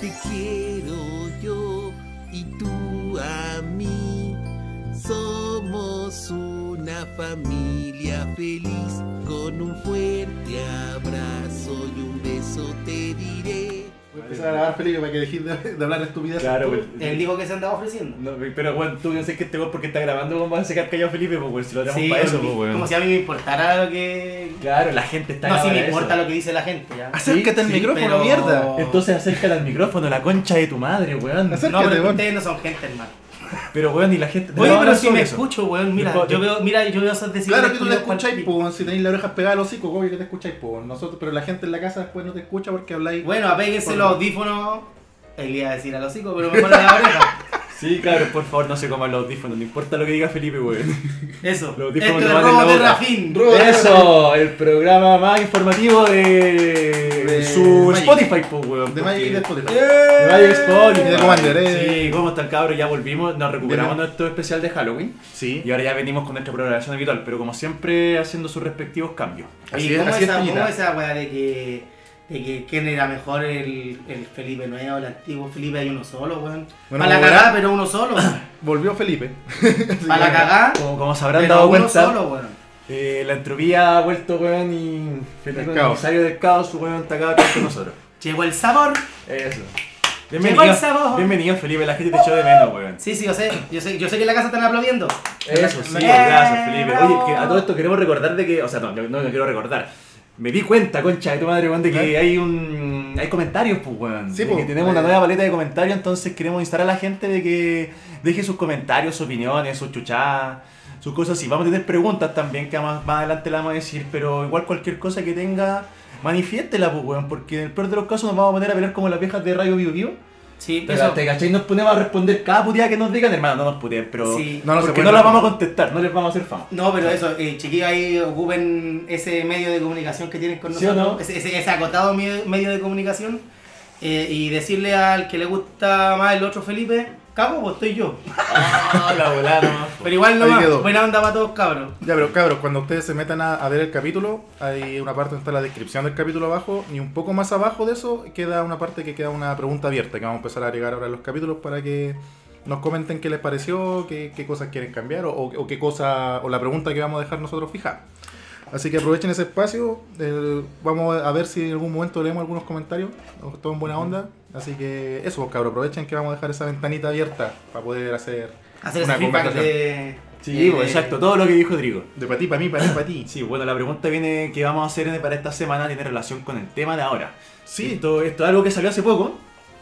te quiero yo y tú a mí. Somos una familia feliz, con un fuerte abrazo y un beso te diré. Voy a empezar a grabar, Felipe, para que dejes de, de hablar estupideces. Claro, tú. pues. El único que se andaba ofreciendo. No, pero, weón, tú pensás que este weón porque está grabando, ¿cómo vas a sacar callado a Felipe, pues, weón? Si lo traemos Sí, para eso, porque- pues, weón. como si a mí me importara lo que. Claro, la gente está No, si grabada me eso. importa lo que dice la gente, ya. Acércate al sí, micrófono, pero- mierda. Entonces acércate al micrófono, la concha de tu madre, weón. Acércate, No, pero es que weón. ustedes no son gente, hermano. Pero, weón, y la gente. Oye, No, pero no si sobre me eso. escucho, weón, mira, Yo- yo veo, mira, yo veo esas decisiones. Claro que tú te culiadas escucháis, cual- po, si tenéis las orejas pegadas al hocico, obvio que te escucháis, po. Nosotros, pero la gente en la casa después no te escucha porque habláis. Bueno, apéguense los audífonos. Él iba a decir al hocico, pero mejor a la oreja. Sí, claro, por favor, no se coman los audífonos, no importa lo que diga Felipe, weón. Eso. Los Esto audífonos es te van en robo la de boca. Rafín. Eso, el programa más informativo de, De su Magic. Spotify, pues, weón. De porque- Magic y de Spotify. Eh, De Magic Spotify. Y de Commander, eh. Sí, ¿cómo están, cabros? Ya volvimos, nos recuperamos Bien. nuestro especial de Halloween. Sí. Y ahora ya venimos con nuestra programación habitual, pero como siempre, haciendo sus respectivos cambios. Así Oye, es, ¿cómo, así es, esa, Peñita. ¿cómo esa weá de que, de que quién era mejor, el, el Felipe Nuevo, el antiguo Felipe? Hay uno solo, weón. Bueno, Para la weón. cagada, pero uno solo. Volvió Felipe. Para la cagada, Como, como se habrán pero dado uno cuenta, solo, weón. eh, la entropía ha vuelto, weón, y Felipe, Del el caos. aniversario del caos, weón, está acá atrás con nosotros. Llegó el sabor. Eso. Llegó Bienvenido, el sábado. bienvenido, Felipe, la gente te echó de menos, weón. Sí, sí, yo sé, yo sé, yo sé que en la casa están aplaudiendo. Eso, sí, Eh, gracias, Felipe. bravo. Oye, que a todo esto queremos recordar de que, o sea, no, no, no quiero recordar. Me di cuenta, concha, de tu madre, weón, de que hay un. hay comentarios, ¿Eh? pues, weón. Sí, De pues. que tenemos una Eh. nueva paleta de comentarios, entonces queremos instar a la gente de que deje sus comentarios, sus opiniones, sus chuchadas, sus cosas así. Vamos a tener preguntas también que más, más adelante las vamos a decir, pero igual cualquier cosa que tenga, manifiéstela, pues, weón, porque en el peor de los casos nos vamos a poner a pelear como las viejas de Radio Vivo Vivo. Sí, Te, eso. te cachai, nos ponemos a responder cada puteada que nos digan, hermano, no nos puteen, pero. Sí. No, no se porque puede. no la vamos a contestar, no les vamos a hacer fama. No, pero eso, eh, chiquillos, ahí ocupen ese medio de comunicación que tienen con ¿Sí nosotros, o no? ese, ese- ese acotado medio, medio de comunicación, eh, y decirle al que le gusta más el otro Felipe, cabo, pues estoy yo. la volada nomás. Pero igual Ahí no, quedó. buena onda para todos, cabros. Ya, pero cabros, cuando ustedes se metan a, a ver el capítulo, hay una parte donde está la descripción del capítulo abajo, y un poco más abajo de eso queda una parte que queda una pregunta abierta, que vamos a empezar a agregar ahora a los capítulos para que nos comenten qué les pareció, qué, qué cosas quieren cambiar, o, o qué cosa, o la pregunta que vamos a dejar nosotros fijada. Así que aprovechen ese espacio, el- vamos a ver si en algún momento leemos algunos comentarios, o todo en buena onda. Así que eso, pues, cabros, aprovechen que vamos a dejar esa ventanita abierta para poder hacer Hacer Una ese feedback conversación. de... Sí, eh, pues, exacto, todo lo que dijo Drigo. de para ti, para mí, para ti, para ti. Sí, bueno, la pregunta viene que vamos a hacer para esta semana tiene relación con el tema de ahora. Sí, Esto, esto es algo que salió hace poco.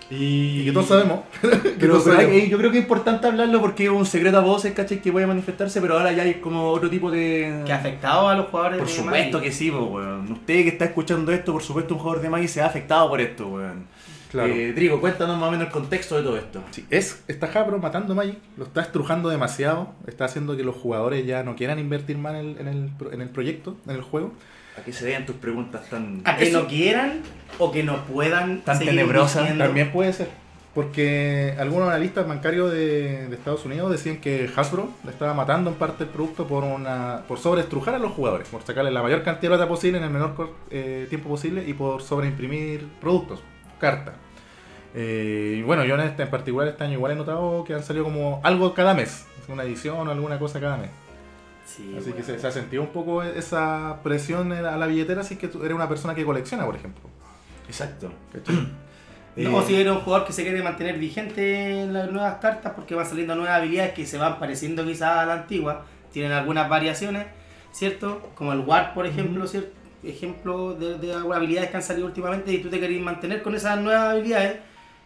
Y, y que todos sabemos. que Pero, todos pero hay- sabemos. yo creo que es importante hablarlo porque es un secreto a voces, ¿cachai? Que puede manifestarse, pero ahora ya hay como otro tipo de. Que ha afectado a los jugadores Por de supuesto Madrid. que sí, pues, weón. Usted que está escuchando esto, por supuesto, un jugador de Magic se ha afectado por esto, weón. Claro. Eh, Drigo, cuéntanos más o menos el contexto de todo esto. Sí, es, está Hasbro matando Magic, lo está estrujando demasiado, está haciendo que los jugadores ya no quieran invertir más en el, en el, pro- en el proyecto, en el juego. A que se vean tus preguntas tan. A Ah, que Eso- no quieran o que no puedan Tan seguir tenebrosa. invirtiendo. También puede ser, porque algunos analistas bancarios de, de Estados Unidos decían que Hasbro le estaba matando en parte el producto por una por sobreestrujar a los jugadores, por sacarle la mayor cantidad de plata posible en el menor cor- eh, tiempo posible y por sobreimprimir productos, cartas. Eh, y bueno, yo en, este, en particular este año igual he notado que han salido como algo cada mes, una edición o alguna cosa cada mes. Sí, Así que weón. se, se ha sentido un poco e-, esa presión en la- a la billetera si es que tú eres una persona que colecciona, por ejemplo. Exacto. No, Eh, si era un jugador que se quiere mantener vigente en las nuevas cartas porque van saliendo nuevas habilidades que se van pareciendo quizás a la antigua, tienen algunas variaciones, ¿cierto? Como el Ward, por ejemplo, ¿cierto? Ejemplo de, de algunas habilidades que han salido últimamente y tú te querés mantener con esas nuevas habilidades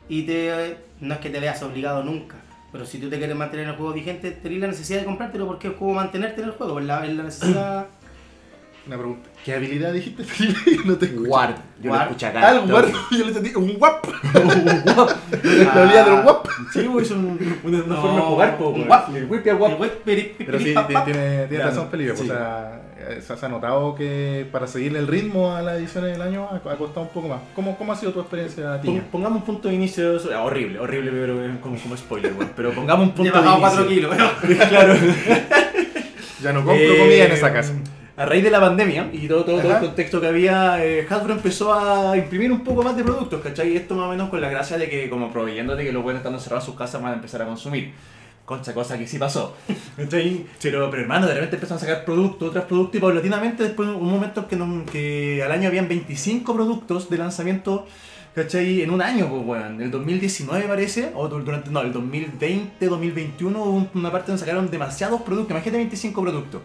y te, no es que te veas obligado nunca, pero si tú te quieres mantener en el juego vigente, tenés la necesidad de comprártelo porque es como mantenerte en el juego, es la, es la necesidad... Una pregunta. ¿Qué habilidad dijiste? no te escuché. Guard. Yo lo Guard. escuché acá. Ah, el guard. Yo le entendí. Un guap. La Ah. habilidad del guap. Sí, güey, es un- una, una No, forma de jugar, po, un güey. guap. El whip y el El guap. web, piri, piri, Pero sí, pa, tiene, pa. tiene tiene Claro, razón Felipe. sí. O sea, eh, se se ha notado que para seguirle el ritmo a las ediciones del año ha, ha costado un poco más. ¿Cómo, cómo ha sido tu experiencia, Pon- Tiña? Pongamos un punto de inicio. ah, horrible, horrible, pero eh, como, como spoiler, güey. Pero pongamos un Le he punto de bajado 4 inicio. kilos, pero- kilos. claro. Ya no compro comida en esa casa. a raíz de la pandemia y todo, todo, todo Ajá. el contexto que había, eh, Hasbro empezó a imprimir un poco más de productos, ¿cachai? Y esto más o menos con la gracia de que, como proveyendo de que los buenos están encerrados en sus casas, van a empezar a consumir. Concha, cosa que sí pasó. ¿Cachai? Pero, pero hermano, de repente empezaron a sacar productos, tras productos, y paulatinamente después un momento que, no- que al año habían 25 productos de lanzamiento, ¿cachai? En un año, pues, weón. El 2019 parece, o du- durante, no, el 2020, 2021, hubo un- una parte donde sacaron demasiados productos, imagínate 25 productos.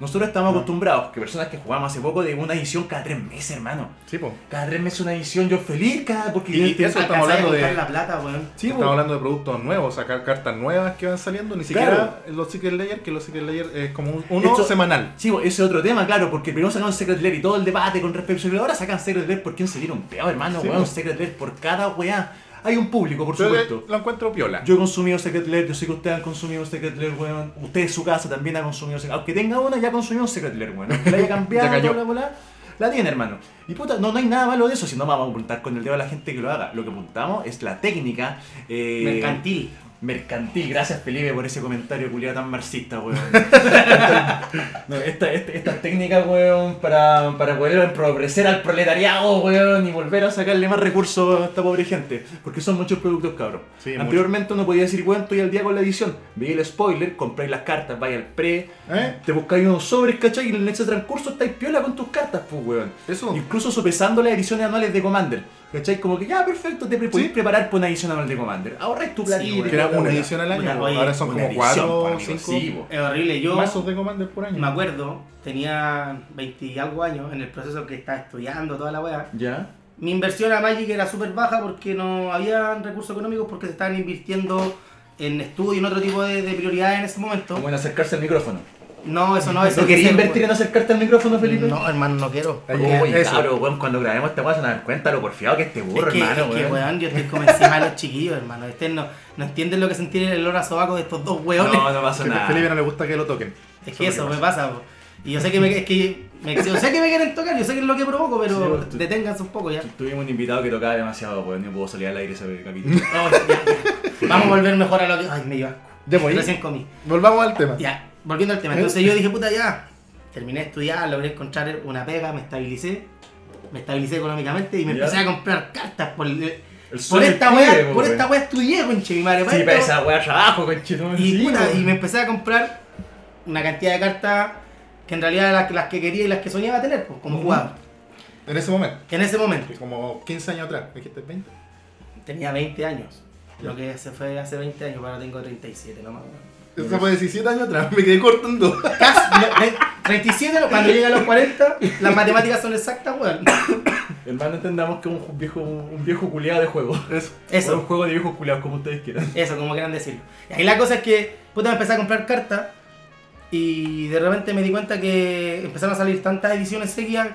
Nosotros estamos Ah. acostumbrados, que personas que jugábamos hace poco, de una edición cada tres meses, hermano. Sí, po. Cada tres meses una edición, yo feliz, cada, porque... Y- y eso Alcanzás estamos a hablando comprar de- la plata, weón. Sí, Estamos po. hablando de productos nuevos, sacar cartas nuevas que van saliendo, ni siquiera los Secret Layer, que los Secret Layer es como un- uno Esto- semanal. Sí, bo, ese es otro tema, claro, porque primero sacaron Secret Lair y todo el debate con respecto a ahora sacan Secret Lair porque se dieron peor, hermano, Sí, weón, bo. Secret Lair por cada weá. Hay un público, por Pero supuesto. lo encuentro piola. Yo he consumido Secret Lair, yo sé que ustedes han consumido Secret Lair, weón. Usted en su casa también ha consumido Secret Aunque tenga una, ya consumió un Secret Lair, weón. Aunque la haya Ya cambiado, cayó. bla, bla, bla, la tiene, hermano. Y puta, no, no hay nada malo de eso, si no vamos a apuntar con el dedo a la gente que lo haga. Lo que apuntamos es la técnica. eh, Mercantil. Mercantil, gracias Felipe por ese comentario culiado tan marxista, weón. no, esta, esta, esta técnica, weón, para, para poder empobrecer al proletariado, weón, y volver a sacarle más recursos a esta pobre gente. Porque son muchos productos, cabrón. Sí, Anteriormente uno podía decir, weón, estoy al día con la edición. Veía el spoiler, compráis las cartas, vais al pre, ¿Eh? te buscáis unos sobres, ¿cachai? Y en ese transcurso estáis piola con tus cartas, pues, weón. Eso. Incluso sopesando las ediciones anuales de Commander. ¿Cachai? Como que ya, perfecto, te pre- podís preparar por una edición anual de Commander. Ahorráis tu platita. weón. que era una Una- edición al año. una- oye, Ahora son Una como edición, cuatro po, o amigo, cinco sí, po. Es horrible. Yo mazos de Commander por me año. acuerdo, tenía 20 y algo años en el proceso que estaba estudiando toda la weá. ¿Ya? Mi inversión a Magic era súper baja porque no había recursos económicos porque se estaban invirtiendo en estudio y en otro tipo de, de prioridades en ese momento. Como en acercarse al micrófono. No, eso no, eso ¿No querías es- invertir en acercarte al micrófono, Felipe? No, hermano, no quiero. Ahí Uy, es, eso. cabrón, weón, cuando grabemos esta weá se nos dan cuenta lo porfiado que este burro, es que, hermano, es que, weón. weón, yo estoy como encima de los chiquillos, hermano. Ustedes no, no entienden lo que sentir el olor a sobaco de estos dos weones. No, no pasa Que a nada. Felipe no le gusta que lo toquen. es que eso me pasa. po. Y yo sé que me, es que me- yo sé que me quieren tocar, yo sé que es lo que provoco, Sí, pero bueno, tú- deténganse un poco ya. Tuvimos un invitado que tocaba demasiado, weón, no pudo salir al aire ese capítulo. No, ya, ya. Vamos a volver mejor a lo que. Ay, me dio asco. Ya voy. Recién comí. Volvamos al tema. Ya, volviendo ¿Eh? al tema. Entonces yo dije, puta, ya. Terminé de estudiar, logré encontrar una pega, me estabilicé. Me estabilicé económicamente y me Ya. empecé a comprar cartas por, eh, El por sol esta del pibe, weá. po, Por weón. esta weá estudié, conche mi madre. pa' Sí, esto. para esa weá trabajo, conchito. y, puta, y me empecé a comprar una cantidad de cartas que en realidad eran las, las que quería y las que soñaba tener, pues, como Ujú. jugador. En ese momento. En ese momento, que Como 15 años atrás. Dijiste 20. tenía 20 años. Lo que se fue hace 20 años, ahora tengo 37, no más. Eso fue 17 años atrás. Me quedé cortando. Casi, no, tre- 37, cuando llega a los 40, las matemáticas son exactas, weón. Hermano, entendamos que es un viejo, un viejo culiado de juego. Eso. Eso. O Un juego de viejos culiados, como ustedes quieran. Eso, como quieran decirlo. Y ahí la cosa es que, puta, me empecé a comprar cartas y de repente me di cuenta que empezaron a salir tantas ediciones seguidas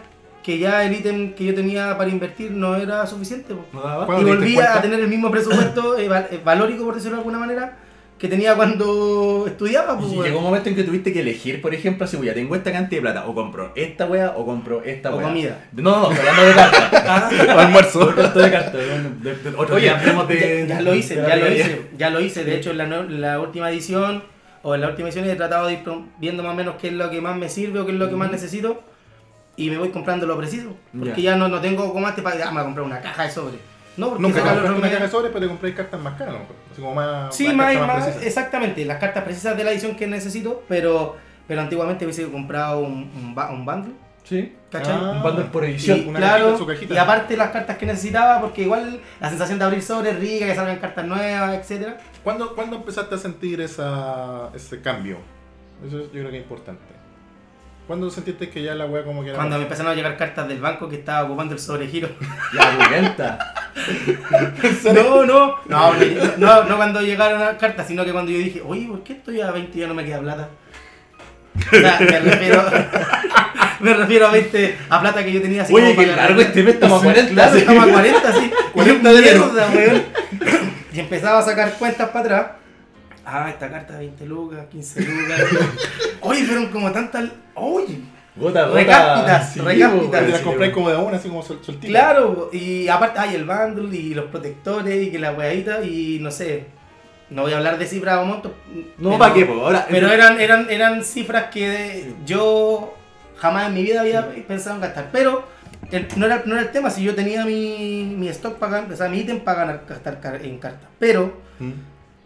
que ya el ítem que yo tenía para invertir no era suficiente. po. ¿No daba? ¿Cuándo Y te diste volví cuenta? a tener el mismo presupuesto eh, val- eh, valórico, por decirlo de alguna manera, que tenía cuando estudiaba. Y po, Pues, weón. llegó un momento en que tuviste que elegir, por ejemplo, si ya tengo esta cantidad de plata, o compro esta wea o compro esta O wea. comida. No, no, hablando de cartas. Almuerzo. Ah. Esto de cartas. de- de- de- otro Oye, día hablemos Ya, de- ya lo hice, de ya lo la- hice, ya lo hice. De hecho, en la, nue- en la última edición, o en la última edición, he tratado de ir pro- viendo más o menos qué es lo que más me sirve o qué es lo que más necesito. Y me voy comprando lo preciso. Porque Ya. ya no, no tengo como antes para ir, ah, me voy a comprar una caja de sobre. No, porque Nunca saca lo compraste que una me- caja de sobres, pero te compré cartas más caras. a lo mejor. Así como más. Sí, más, cartas más- precisas. exactamente. Las cartas precisas de la edición que necesito, pero, pero antiguamente hubiese comprado un, un, ba- un bundle. Sí. ¿Cachai? Ah, Un bundle por Y, edición. una claro, cajita en su cajita. y aparte las cartas que necesitaba, porque igual la sensación de abrir sobre es rica, que salgan cartas nuevas, etcétera. ¿Cuándo, cuándo empezaste a sentir esa, ese cambio? Eso es- yo creo que es importante. ¿Cuándo sentiste que ya la wea como que era. Cuando me empezaron a llegar cartas del banco que estaba ocupando el sobregiro. Ya, violenta. no, no, no, no, no, no cuando llegaron las cartas, sino que cuando yo dije, oye, ¿por qué estoy a 20 y ya no me queda plata? O sea, me refiero, me refiero a 20 a plata que yo tenía así Oye, como qué para- largo este mes, estamos a 40. Claro, sí. estamos a 40, sí. 40 Y de yo, enero. mierda, weón. Y empezaba a sacar cuentas para atrás. Ah, esta carta 20 lucas, 15 lucas. Oye, fueron como tantas. Oye, Gota, a gota. Recápitas, recápitas. Te güey, las sí, pues. compré güey. como de a una, así como sol- soltita. Claro, y aparte hay el bundle y los protectores y que la weadita y no sé. No voy a hablar de cifras o montos. No, pues? pero- ¿para qué? po? Ahora, Pero eran, eran, eran cifras que yo Jamás en mi vida había pensado en gastar. Pero el- no, era, no era el tema, si yo tenía mi, mi stock para ganar, o sea, mi ítem para ganar, gastar car- en cartas. Pero Mm.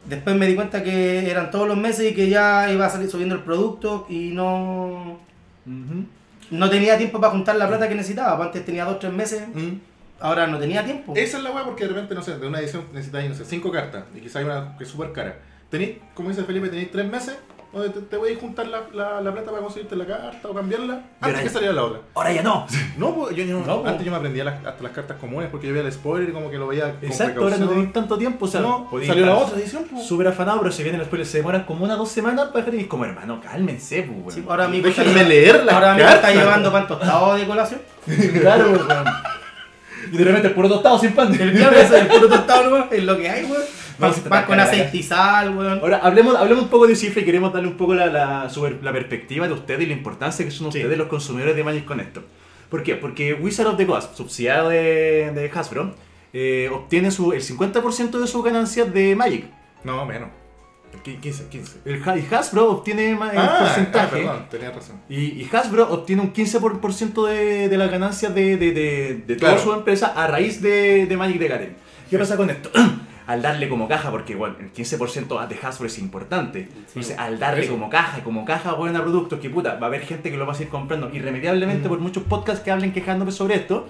después me di cuenta que eran todos los meses y que ya iba a salir subiendo el producto y no, Ujú. no tenía tiempo para juntar la plata que necesitaba. Antes tenía 2 3 meses, Mm. ahora no tenía tiempo. Esa es la weá porque de repente, no sé, de una edición necesitáis, no sé, cinco cartas y quizá hay una que es súper cara. Tenéis, como dice Felipe, tenéis tres meses donde te, te voy a juntar la, la, la plata para conseguirte la carta o cambiarla antes ahora- que saliera la otra. Ahora ya no. No, pues, yo, yo- No, pues. antes yo me aprendía las- hasta las cartas comunes porque yo veía el spoiler y como que lo veía con Exacto, ahora no precaución. tenéis tanto tiempo. O sea, No, podéis salió la estar otra edición, pues. Súper afanado, pero se vienen los spoilers. Se demoran como una dos semanas para dejar y es como, hermano, cálmense, pues, weón. Sí, ahora mi Déjenme leer las Ahora mi está cartas. llevando pan tostado de colación. Claro, pues, weón. Y de repente, puro tostado sin pan. El viernes es el puro tostado nomás, es lo que hay, weón. No, Pan, si te pan ataca con la aceite y sal, weón. Ahora, hablemos, hablemos un poco de cifra y queremos darle un poco la, la, super- la perspectiva de ustedes y la importancia que son Sí. ustedes los consumidores de Magic con esto. ¿Por qué? Porque Wizard of the Coast, subsidiado de, de Hasbro, eh, obtiene su, el 50% de sus ganancias de Magic. No, menos. Qu- 15, 15. El, Ha- y Hasbro obtiene ma- el Ah, ah, porcentaje. perdón, tenías razón. y, y Hasbro obtiene un 15% de, de las ganancias de, de, de, de toda Claro. su empresa a raíz de, de Magic the Gathering. ¿Qué pasa con esto? al darle como caja, porque bueno, el 15% de Hasbro es importante. Entonces, al darle eso. como caja, y como caja buena a productos, que puta, va a haber gente que lo va a ir comprando irremediablemente por muchos podcasts que hablen quejándome sobre esto.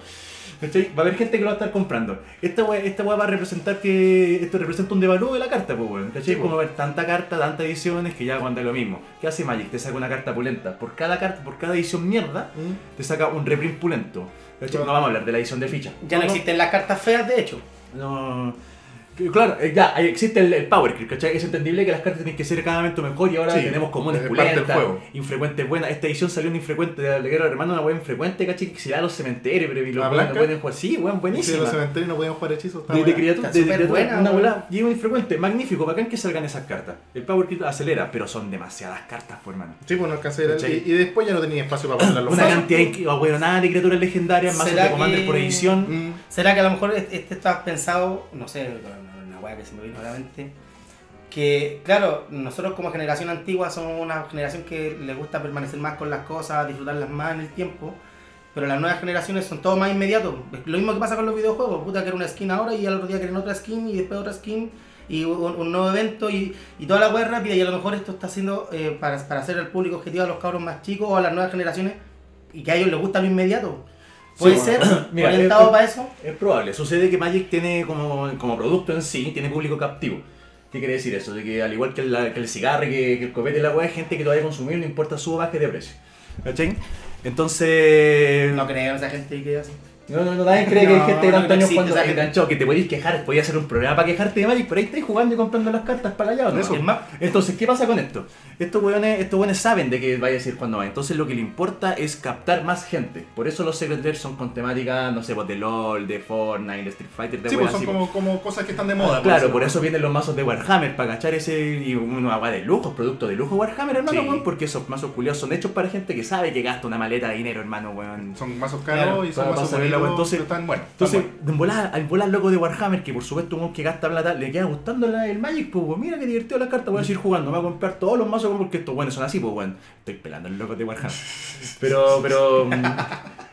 ¿cachai? Va a haber gente que lo va a estar comprando. Esta weá esta wea va a representar que. Esto representa un devalúo de la carta, pues weón. Sí, ¿Cachai? Como va a haber tanta carta, tantas ediciones que ya cuando es lo mismo. ¿Qué hace Magic? Te saca una carta pulenta. Por cada carta, por cada edición mierda, Mm. te saca un reprint pulento. ¿Cachai? Claro. No vamos a hablar de la edición de ficha. Ya no existen las cartas feas, de hecho. No. que- Claro, eh, ya, ahí existe el, el power creep, ¿cachai? Es entendible que las cartas tienen que ser cada momento mejor y ahora Sí, tenemos comunes es parte del pulentas, juego. infrecuentes buenas. Esta edición salió una infrecuente de la guerra de hermano, una buena infrecuente, ¿cachai? Que se da a los cementerios, pero y los ¿La buenos blanca? pueden jugar. Sí, weón, Sí, los buenísima. cementerios no podían jugar hechizos. está De, de buena. criatura, está de, de súper criatura, buena, una weón. bola, y un infrecuente, magnífico, bacán que salgan esas cartas. El power creep acelera, pero son demasiadas cartas, pues, hermano. Sí, pues no alcancé a ir al- ¿Cachai? y, y después ya no tenía espacio para poner los Una mazos. cantidad inque- oh, weón, nada de criaturas legendarias, más ¿Será de commander que- por edición. Mm. ¿Será que a lo mejor este, este está pensado, no sé, una weá que se me vino a la mente? Que, claro, nosotros como generación antigua somos una generación que le gusta permanecer más con las cosas, disfrutarlas más en el tiempo. Pero las nuevas generaciones son todo más inmediato. Lo mismo que pasa con los videojuegos. Puta, que era una skin ahora y al otro día quieren otra skin y después otra skin y un, un nuevo evento y, y toda la web rápida. Y a lo mejor esto está haciendo eh, para, para hacer el público objetivo a los cabros más chicos o a las nuevas generaciones y que a ellos les gusta lo inmediato. Puede Sí, ser bueno, mira, orientado eh, para eso. Es probable. Sucede que Magic tiene como, como producto en sí, tiene público captivo. ¿Qué quiere decir eso? De que al igual que, la- que el cigarro y que, que el copete y la weá, hay gente que lo vaya a consumir, no importa su baje de precio. ¿Cachai? Entonces. No creo en esa gente que hace. No, no, no, nadie cree que hay No, gente de no tantos años existe cuando esa te gente. enganchó, que te podéis quejar, podías hacer un programa para quejarte de Magic, pero ahí estáis jugando y comprando las cartas para allá, ¿o no? Eso. Es más, Entonces, ¿qué pasa con esto? Estos weones, estos weones saben de que vaya a decir cuando va, entonces lo que le importa es captar más gente. Por eso los Secret Lair son con temática, no sé, pues de LOL, de Fortnite, de Street Fighter, de Sí, weas pues Ah, son así, como, como cosas que están de moda. pues. Claro, decirlo. por eso vienen los mazos de Warhammer, para cachar ese. Y una agua de lujo, producto de lujo Warhammer, hermano, Sí. weón, porque esos mazos culiados son hechos para gente que sabe que gasta una maleta de dinero, hermano, weón. Son mazos caros Claro, y son para mazos pasar el agua, bonitos, entonces- pero están bueno. Entonces, en volar, al volar loco de Warhammer, que por supuesto un weón que gasta plata, le queda gustando la- el Magic, pues weón. Mira que divertido la carta, voy a seguir jugando, me voy a comprar todos los mazos porque estos buenos son así, pues weón. Estoy pelando el loco de Warhammer. Pero, pero. mm,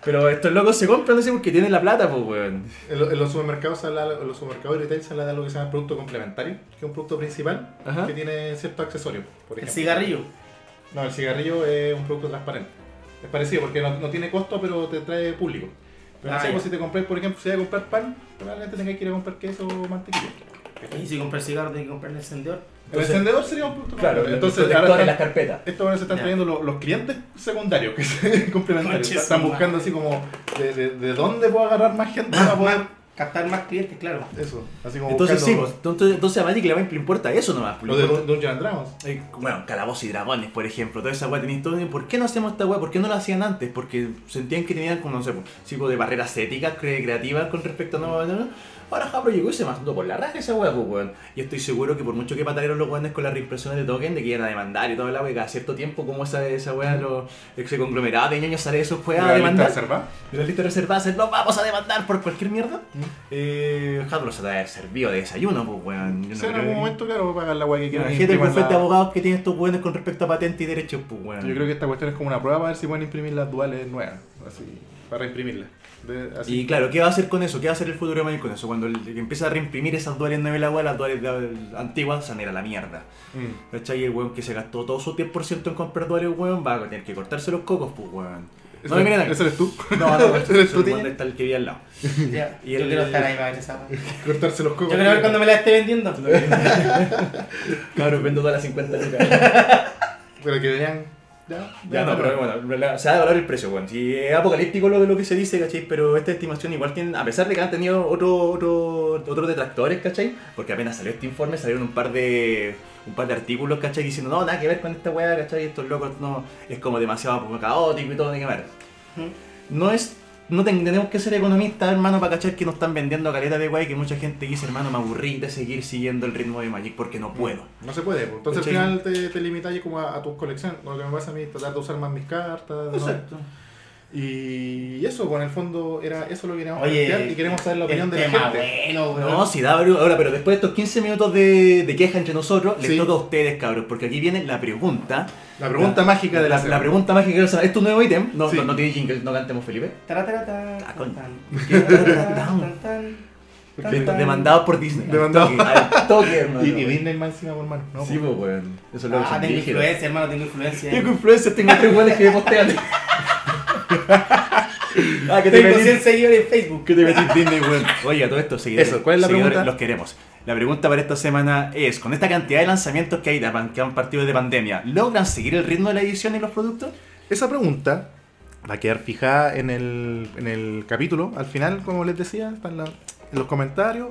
Pero estos locos se compran así porque tienen la plata, pues weón. en, lo- en los supermercados, se habla- en los supermercados de retail se habla de algo que se llama producto complementario, que es un producto principal Ajá. que tiene cierto accesorio. Por El ejemplo. cigarrillo. No, el cigarrillo es un producto transparente. Es parecido porque no, no tiene costo, pero te trae público. Pero no Ah, sé, ya. pues, si te compras, por ejemplo, si vas a comprar pan, probablemente tengas que ir a comprar queso o mantequilla. Y si compras cigarro, tienes que comprar el encendedor. Entonces- el encendedor sería un producto Claro, complementario. entonces, ahora ahora están- las carpetas. Estos bueno, se están Ya. trayendo lo- los, clientes secundarios, que se complementarios. Conche Están su buscando así como de, de, de dónde puedo agarrar más gente para poder. Captar más clientes, claro. Eso, así como Entonces, sí, buscando pues, entonces, entonces a Magic le va- le importa eso nomás, pues, lo le de importa- Dun- Dungeons and Dragons. Eh, Bueno, calabozos y dragones, por ejemplo, toda esa weá tenéis todo. ¿Por qué no hacemos esta weá? ¿Por qué no la hacían antes? Porque sentían que tenían, como no sé, pues, tipo de barreras éticas, cre- creativas con respecto a no. no, no. Ahora Hasbro llegó y se mandó por la raja esa weá, pues weón. Y estoy seguro que por mucho que pataron los weones con las reimpresiones de token, de que iban a demandar y toda la weá, cada cierto tiempo, como esa, esa weá, lo- ese conglomerado de ñoños sale de esos weá a La lista demandar. reservada. De la lista reservada, se- los vamos a demandar por cualquier mierda. Mm. Eh, Hadro se te debe haber servido de desayuno, pues, weón. Yo no O sea, en creo algún que- momento, claro, pagar la weá que quieran. Imagínate el impriman bufete de la- abogados que tienen estos weones con respecto a patentes y derechos, pues, weón. Yo creo que esta cuestión es como una prueba para ver si pueden imprimir las duales nuevas, así, para imprimirlas. De- así. Y claro, ¿qué va a hacer con eso? ¿Qué va a hacer el futuro Magic con eso? Cuando el- que empieza a reimprimir esas duales nuevas, la weá, las duales de- antiguas se van a ir a la mierda. Mm. ¿Cachai? Y el weón que se gastó todo su 10% en comprar duales, weón, va a tener que cortarse los cocos, pues, weón. Ese- No me miren a mí. Ese eres tú. No, no, ese eres el tú, weón Tiñe. está el que vi al lado. Ya, Y yo el- quiero estar ahí para ver esa weá. Yo Cortarse los cocos. quiero ver cuando me la esté vendiendo. Claro, vendo todas las 50 lucas. Pero que vean. Ya, Ya no, pero bueno, la- se va a valorar el precio, weón. Si es apocalíptico lo, de lo que se dice, ¿cachai? Pero esta estimación igual tiene, a pesar de que han tenido otro, otro, otros detractores, ¿cachai? Porque apenas salió este informe salieron un par de un par de artículos, ¿cachai? Diciendo, no, nada que ver con esta weá, ¿cachai? Estos locos no, es como demasiado como, caótico y todo, nada que ver. Ujú. No es, no ten- tenemos que ser economistas, hermano, para cachar que nos están vendiendo caleta de weá y que mucha gente dice, hermano, me aburrí de seguir siguiendo el ritmo de Magic porque no puedo. No se puede, pues. entonces ¿Cachai? al final te, te limitas como a, a tu colección. Lo que me pasa a mí, tratar de usar más mis cartas. ¿no? Y eso, con el fondo, era eso lo que queríamos plantear y queremos saber la opinión el de la tema gente. bueno, weón. No, si da bru- Ahora, pero después de estos 15 minutos de, de queja entre nosotros, les Sí. toca a ustedes, cabros, porque aquí viene la pregunta. La pregunta mágica de la, La, la pregunta mágica que ¿Es tu nuevo ítem? No, Sí. no, no tiene jingle, no cantemos, Felipe. Taratarata, Ah, coño. tan, ¿Qué? tan, tan, tan, tan, Ven- tan. Demandado por Disney. Demandado. Al toque, al toque, hermano. Y, y Disney más encima, por hermano. No, Sí, pues, weón. Eso es lo que Ah, son tengo brígidos. influencia, hermano, tengo influencia. Tengo influencia, tengo tres weones que me postean. ah, que te Tengo metí- 100 seguidores en Facebook. ¿Qué te metís Disney, weón? Oye, a todo esto, seguidores. Eso, ¿cuál es la seguidores, pregunta? Los queremos. La pregunta para esta semana es: con esta cantidad de lanzamientos que hay de- que han partido de pandemia, ¿logran seguir el ritmo de la edición y los productos? Esa pregunta va a quedar fijada en el, en el capítulo. Al final, como les decía, está en, la- en los comentarios,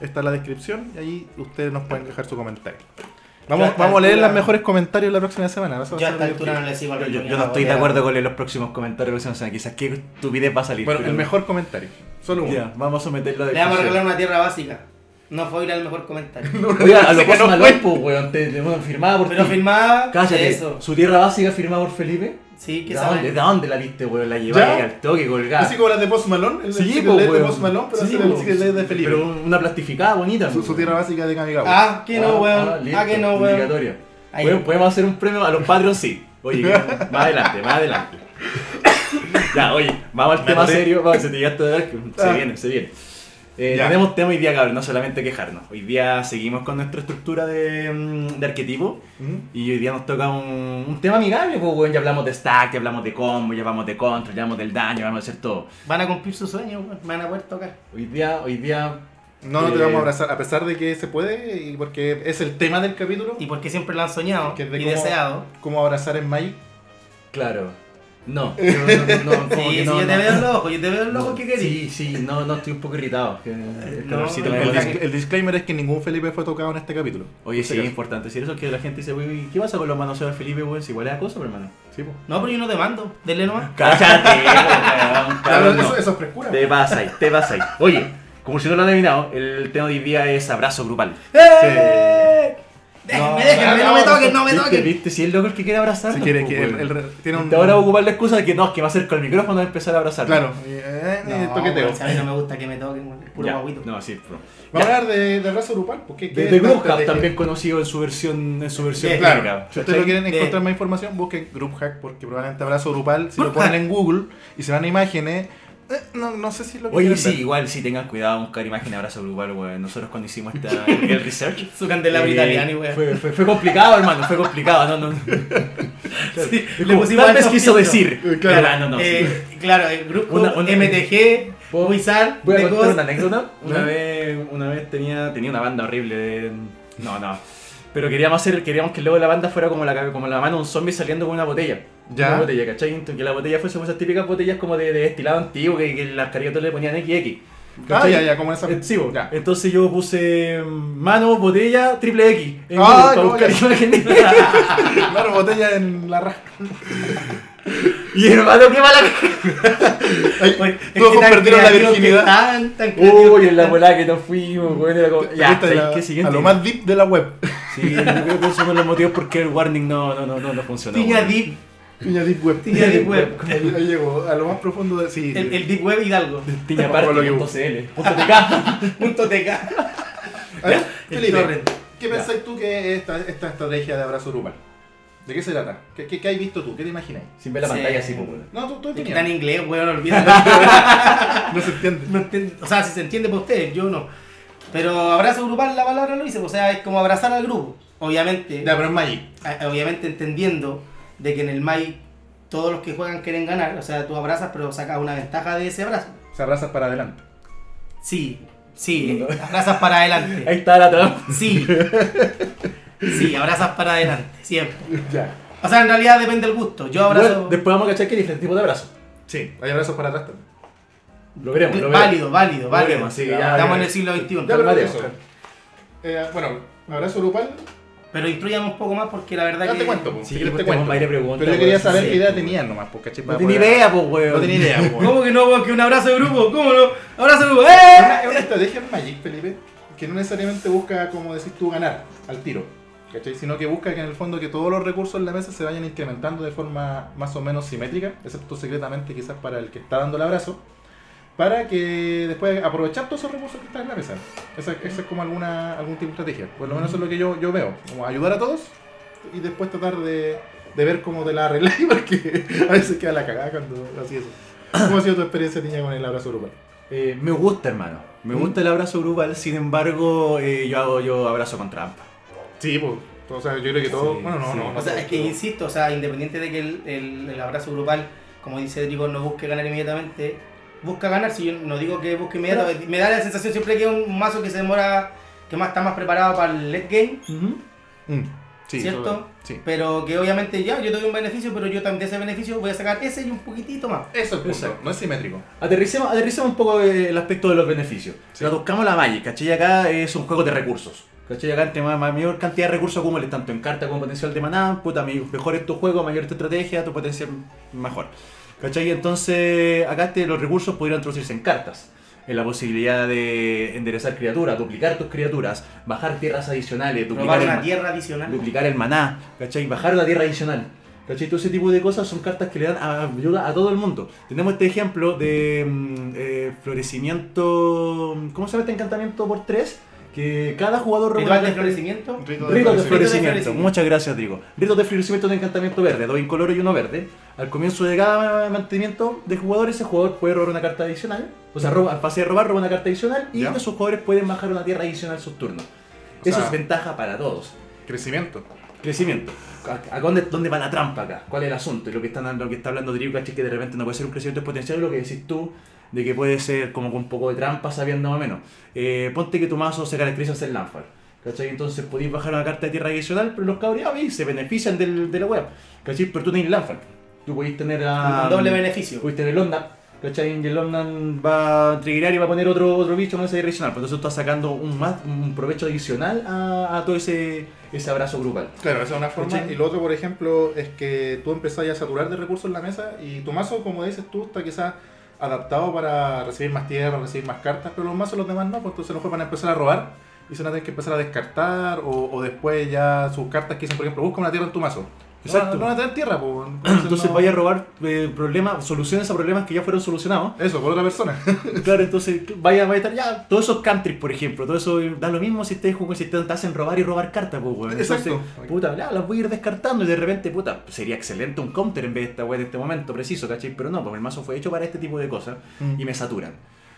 está en la descripción y ahí ustedes nos pueden dejar su comentario. Yo Vamos, a esta vamos a leer altura- los mejores comentarios la próxima semana. Eso va a Yo a ser esta altura divertido. no le sigo al Yo, yo- ritmo, yo ya no estoy de voy a- acuerdo con los próximos comentarios que se quizás que tu video va a salir. Bueno, pero- el mejor comentario. Solo uno. Ya, vamos a someterlo de Le vamos a regalar una tierra básica. No fue ir al mejor comentario. Oye, a lo Así que Post no Malone, pues, weón, te, te- bueno, firmada por Pero ti. firmaba Cállate, eso. su tierra básica firmada por Felipe. Sí, que ¿De dónde, sabe. de dónde la viste, weón? La llevaba ¿Ya? ahí al toque colgada. Así como las de Post Malone, el Sí, sí, po, de weón. Post Malone, pero Sí, hace la po. bicicleta de Felipe. Pero una plastificada bonita. pues. su, su weón. tierra básica de Kamigawa. Ah, que no, weón. Ah, que no, weón. Obligatoria. Ahí. Podemos- Podemos hacer un premio a los Patreons, sí. Oye, que- más adelante, más adelante. Ya, oye, vamos al tema anoté. serio. Vamos, se te llegaste a ver que se Ah. viene, se viene. Eh, Ya. tenemos tema hoy día, cabrón, no solamente quejarnos. Hoy día seguimos con nuestra estructura de, mm, de arquetipo. ¿Mm? Y hoy día nos toca un, un tema amigable, pues, weón. Ya hablamos de stack, ya hablamos de combo, ya hablamos de control, ya hablamos del daño, ya hablamos de hacer todo. Van a cumplir su sueño, weón. Me van a poder tocar. Hoy día, hoy día. No, no te Eh. vamos a abrazar, a pesar de que se puede, y porque es el tema del capítulo, Y porque siempre lo han soñado Que es de y cómo- deseado. cómo abrazar en Magic. Claro. No, no, no, no, como Sí, que sí, no, yo te no. veo el ojo, yo te veo el ojo No, que querís. Sí, sí, no, no, estoy un poco irritado. que el no, calorcito no, me El, Hola. pone- dis- el disclaimer es que ningún Felipe fue tocado en este capítulo. Oye, sí, es Sí, importante decir eso, que la gente dice, "Uy, ¿qué pasa con los manoseos de Felipe, weón? Si igual es acoso, hermano. po. No, pero yo no te mmando. Dele nomás. Cállate, weón, Claro, cabrón, eso, no. eso es frescura. Te vas ahí, te vas ahí. Oye, como si no lo han adivinado, el tema de hoy día es abrazo grupal. ¡Eh! Déjenme, No, déjenme, no me toquen, no me ¿Viste, toquen. viste? Si el loco es el que quiere abrazar. pues, Si quieres que el- el re- tiene un. Ahora va a ocupar la excusa de que no, es que va a ser con el micrófono a empezar a abrazar. Claro, eh, eh, No, toqueteo. weón, si a mí no me gusta que me toquen, weón. Puro Ya, guaguito. No, sí, bro. Vamos a hablar de, de raza grupal. pues, Porque De, de Group Hub, también conocido en su versión, en su versión Sí, Claro, gringa, si ustedes Eh, ¿cachai? quieren De- encontrar más información, busquen Group Hack porque probablemente abrazo grupal. Si lo Group ponen Hack. en Google y se van a imágenes, eh, no, no sé si lo Oye, quieren sí, ver. igual sí tengan cuidado, buscar imagen abrazo grupal, weón. Nosotros cuando hicimos esta, el research. Su candelabro eh, italiano, weón. fue, fue, fue complicado, hermano, fue complicado, no, no. Sí, Es le como, pusimos tal vez alto quiso filtro. decir. Eh, claro. Ya, no, no, sí. Eh, Claro, el grupo Una- una- MTG, ¿Puedo- Wizard, Voy a The contar Ghost. una anécdota. Una ¿Ya? vez, una vez tenía, tenía una banda horrible. de- No, no. Pero queríamos hacer, queríamos que luego la banda fuera como la, como la mano de un zombie saliendo con una botella. Ya. Una botella, ¿cachai? Entonces, que la botella fuese como esas típicas botellas como de, de estilado antiguo que, que las caricaturas le ponían XX. Ah, ¿cachai? ya, ya, como esa. Eh, Sí, bo. ya. Entonces yo puse mm, mano, botella, triple X. en Ah, Google para no, buscar ya. imágenes. Claro, botella en la raja. y hermano, qué mala. Oye, Ay, pues, es que Todos tan perdieron la creativos que virginidad. están, tan creativos Uy, que en la están. volada que nos fuimos, güey. Era como. Esta Ya, es ¿sabes la- qué? Siguiente. A lo más deep de la web. Sí, yo creo que esos son los motivos por qué el warning no, no, no, no, no funcionó. Piña weón. Deep. Piña Deep Web. Piña Deep Web. Como Ahí ahí llegó, a lo más profundo de. Sí. El, el Deep Web Hidalgo. Piña Por lo que- Party.cl. Punto TK. Punto TK. A ver, El Felipe, torrent. ¿qué pensáis tú que es esta, esta estrategia de abrazo grupal? ¿De qué se trata? ¿Qué, qué, qué has visto tú? ¿Qué te imagináis? Sin ver la Sí. pantalla pues, así, como. No, tú, tú Es que Está en opinión. inglés, weón, olvídalo. No se entiende. No entiendo- o sea, si se entiende por ustedes, yo no. Pero abrazo grupal, la palabra lo dice, o sea, es como abrazar al grupo. Obviamente, Ya, pero es Magic. a- obviamente entendiendo de que en el MAI todos los que juegan quieren ganar, o sea, tú abrazas pero sacas una ventaja de ese abrazo. Se abrazas para adelante. Sí, sí, abrazas para adelante. Ahí está la trampa. Sí, sí, abrazas para adelante, siempre. Ya. O sea, en realidad depende del gusto. Yo abrazo Bueno, después vamos a cachar que hay diferentes tipos de abrazos. Sí, hay abrazos para atrás también. Lo veremos, lo veremos. válido, válido, válido. Así que ya. Estamos en ya. el siglo XXI. Ya, pero Calmate, eso. Oscar. Eh, bueno, abrazo grupal. Pero instruyamos un poco más porque la verdad Ya que... te cuento, po. Sí, Si quieres te pues tenemos cuento. varias preguntas, Pero yo quería weón. saber Sí, qué idea weón. tenían nomás, pues, caché. No Para tiene poder- idea, pues, weón. No tenía idea, weón. ¿Cómo que no? weón? Que un abrazo de grupo, ¿cómo no? Abrazo de grupo, Es ¡eh! una- es una estrategia en Magic, Felipe, que no necesariamente busca, como decís tú, ganar al tiro, ¿cachai? Sino que busca que en el fondo que todos los recursos en la mesa se vayan incrementando de forma más o menos simétrica, excepto secretamente quizás para el que está dando el abrazo, para que después aprovechar todos esos recursos que están en la mesa. Esa, esa es como alguna, algún tipo de estrategia, por lo menos eso es lo que yo, yo veo, como ayudar a todos y después tratar de, de ver cómo te la arregláis, porque a veces queda la cagada cuando así eso. ¿Cómo ha sido tu experiencia, niña, con el abrazo grupal? Eh, me gusta, hermano. Me gusta el abrazo grupal, sin embargo, eh, yo hago yo abrazo con trampa. Sí, pues. O sea, yo creo que todo. Sí, bueno, no, sí. no. O sea, es que insisto, o sea, independiente de que el, el- el abrazo grupal, como dice Drigo, no busque ganar inmediatamente, busca ganar, si yo no digo que busque inmediatamente, me da la sensación siempre que es un mazo que se demora, que más está más preparado para el late game, Mm, sí, ¿Cierto? todo- Sí. pero que obviamente ya, yo te doy un beneficio, pero yo también de ese beneficio voy a sacar ese y un poquitito más. Eso es el punto. Exacto. No es simétrico. Aterricemos, aterricemos un poco eh, el aspecto de los beneficios. Sí. Traduzcamos la Magic, ¿cachai? Acá es un juego de recursos. ¿Cachai? Acá entre más, más- mayor cantidad de recursos acumules, tanto en carta como en potencial de maná, puta, mi- mejor es tu juego, mayor es tu estrategia, tu potencial mejor. ¿Cachai? Entonces, acá te- los recursos podrían traducirse en cartas. En la posibilidad de enderezar criaturas, duplicar tus criaturas, bajar tierras adicionales, duplicar Robar el una ma- tierra adicional. duplicar el maná, ¿cachai? Bajar la tierra adicional. ¿Cachai? Todo ese tipo de cosas son cartas que le dan a- ayuda a todo el mundo. Tenemos este ejemplo de mm, eh, florecimiento. ¿Cómo se llama este encantamiento por tres? Que cada jugador Ritual de remunerante- florecimiento. Rito de florecimiento. florecimiento. Muchas gracias, Drigo. Rito de florecimiento de encantamiento verde, dos incoloro y uno verde. Al comienzo de cada mantenimiento de jugadores, ese jugador puede robar una carta adicional. O sea, roba, al pase de robar, roba una carta adicional y Ya. esos jugadores pueden bajar una tierra adicional sus turnos. O Eso sea- es ventaja para todos. Crecimiento. Crecimiento. ¿A, a dónde, dónde va la trampa acá? ¿Cuál es el asunto? Y lo que, están, lo que está hablando Drigo, caché, que de repente no puede ser un crecimiento exponencial, lo que decís tú, de que puede ser como con un poco de trampa, sabiendo más o menos. Eh, ponte que tu mazo se caracteriza a ser Lanfar. ¿Cachai? Entonces podéis bajar una carta de tierra adicional, pero los cabreados ahí se benefician del- de la web. ¿Cachai? Pero tú tenés Lanfar. Tú podéis tener a. Un doble beneficio. Pudiste en el Onda, ¿cachai? Y el Onda va a triggerar y va a poner otro, otro bicho en esa adicional. Pues entonces tú estás sacando un, más, un provecho adicional a, a todo ese, ese abrazo grupal. Claro, esa es una forma. ¿Cachai? Y lo otro, por ejemplo, es que tú empezás ya a saturar de recursos en la mesa y tu mazo, como dices tú, está quizás adaptado para recibir más tierra, recibir más cartas, pero los mazos los demás no, pues entonces los juegos van a empezar a robar y se van a tener que empezar a descartar o, o después ya sus cartas que dicen, por ejemplo, busca una tierra en tu mazo. Exacto. No, no van a tener tierra, pues. Entonces no- vaya a robar eh, problemas, soluciones a problemas que ya fueron solucionados. Eso, por otra persona. Claro, entonces vaya, vaya a estar ya. Todos esos countries, por ejemplo, todo eso eh, da lo mismo si ustedes juegan, si te te hacen robar y robar cartas, pues, weón. Entonces, Exacto. Puta, ya, las voy a ir descartando y de repente, puta, sería excelente un counter en vez de esta weá en este momento preciso, ¿cachai? Pero no, pues el mazo fue hecho para este tipo de cosas Mm. y me saturan.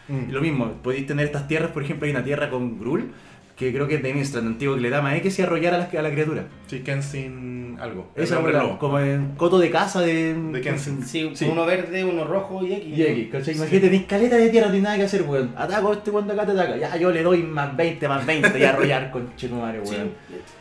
Y lo mismo, podéis tener estas tierras, por ejemplo, hay una tierra con Grul, que creo que es de Instran antiguo, que le da más X y arrollar a la, a la criatura. Chicken sin algo. Esa El es nombre la- nuevo. como en coto de casa de... De Kensen. Sí, Sí. uno verde, uno rojo y X. Y X, ¿cachai? Imagínate, tenés caleta de tierra, no tienes nada que hacer, weón. Ataco a este weón de acá, te ataca. Ya, yo le doy más 20, más 20 y arrollar con Chetumare, Sí. weón.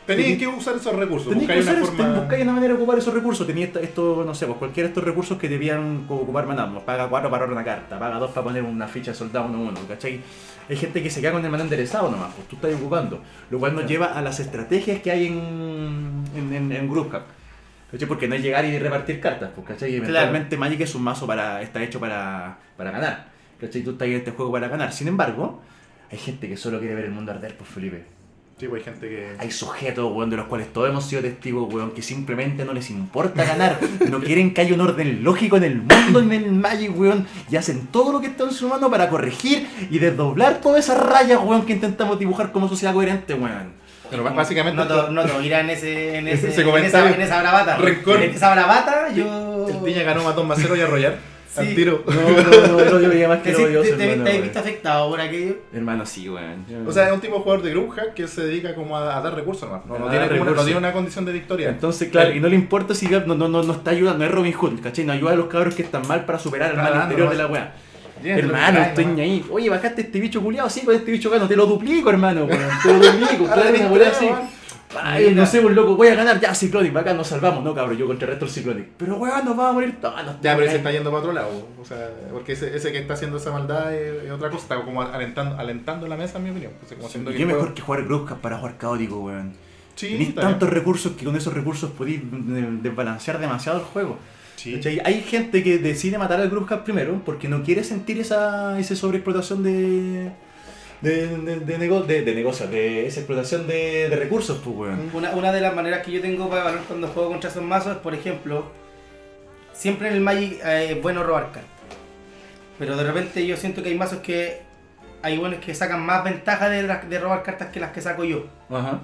Tenéis que usar esos recursos. Tenéis que buscar usar, una eso, forma... ten- buscáis una manera de ocupar esos recursos. Tenía esta- esto, no sé, pues cualquiera de estos recursos que debían co- ocupar maná. Pues, Paga 4 para ahorrar una carta, paga 2 para poner una ficha de soldado 1-1, ¿cachai? Hay gente que se queda con el maná enderezado nomás, pues tú estás ocupando. Lo cual nos lleva a las estrategias que hay en, en, en, en Group Cup. ¿Cachai? Porque no es llegar y repartir cartas, pues, ¿cachai? Eventualmente Magic es un mazo para, está hecho para, para ganar. ¿Cachai? Tú estás en este juego para ganar. Sin embargo, hay gente que solo quiere ver el mundo arder, pues Felipe. Sí, pues hay gente que. Hay sujetos, weón, de los cuales todos hemos sido testigos, weón, que simplemente no les importa ganar. No quieren que haya un orden lógico en el mundo, en el Magic, weón. Y hacen todo lo que están en su mano para corregir y desdoblar todas esas rayas, weón, que intentamos dibujar como sociedad coherente, weón. Pero básicamente. No te, no te oirá en ese, en ese, Ese en esa, comentario. en esa bravata. Rencor. En esa bravata yo... El Piña ganó más 2 más 0 y arrollar. Sí. Al tiro. No, no, no, el odio más Te, que te- odio, te- te- hermano, te he weón. visto afectado por aquello. Hermano, sí, weón. O sea, es un tipo de jugador de Grumhack que se dedica como a, a dar recursos nomás. No, no A tiene, dar como una- no recursos. tiene una condición de victoria. Entonces, claro, y no le importa si Gap no, no, no, no está ayudando, no es Robin Hood, ¿cachai? No ayuda a los cabros que están mal para superar el Está mal dando interior de la nomás. weá. Bien, Hermano, lo que estoy trae, ni nomás. ahí. Oye, bajaste este bicho culiado, sí, con este bicho gano, te lo duplico, hermano, weón. Te lo duplico, Ahora claro, tenés una weá tres, así. weón. Ay, no sé, un loco, voy a ganar, ya, Ciclonic, acá nos salvamos, no cabrón, yo contra el resto del Ciclonic. Pero weón, nos vamos a morir todos. nos Ya, tenemos pero ese que- está yendo para otro lado. O sea, porque ese, ese que está haciendo esa maldad es, es otra cosa. Está como alentando, alentando la mesa, en mi opinión. O sea, como haciendo Y que Qué el mejor juego- que jugar Growcap para jugar caótico, weón. Sí, Tenéis está tantos bien. recursos que con esos recursos podéis mm, desbalancear demasiado el juego. Sí. ¿Cachai? Hay gente que decide matar al Grubhub primero porque no quiere sentir esa, esa sobreexplotación de. De, de, de, nego- de- de negocios, de esa explotación de, de recursos, pues, weón. Una, una de las maneras que yo tengo para evaluar cuando juego contra esos mazos es, por ejemplo, siempre en el Magic eh, es bueno robar cartas. Pero de repente yo siento que hay mazos que hay buenos que sacan más ventaja de, las- de robar cartas que las que saco yo. Mm. Ajá.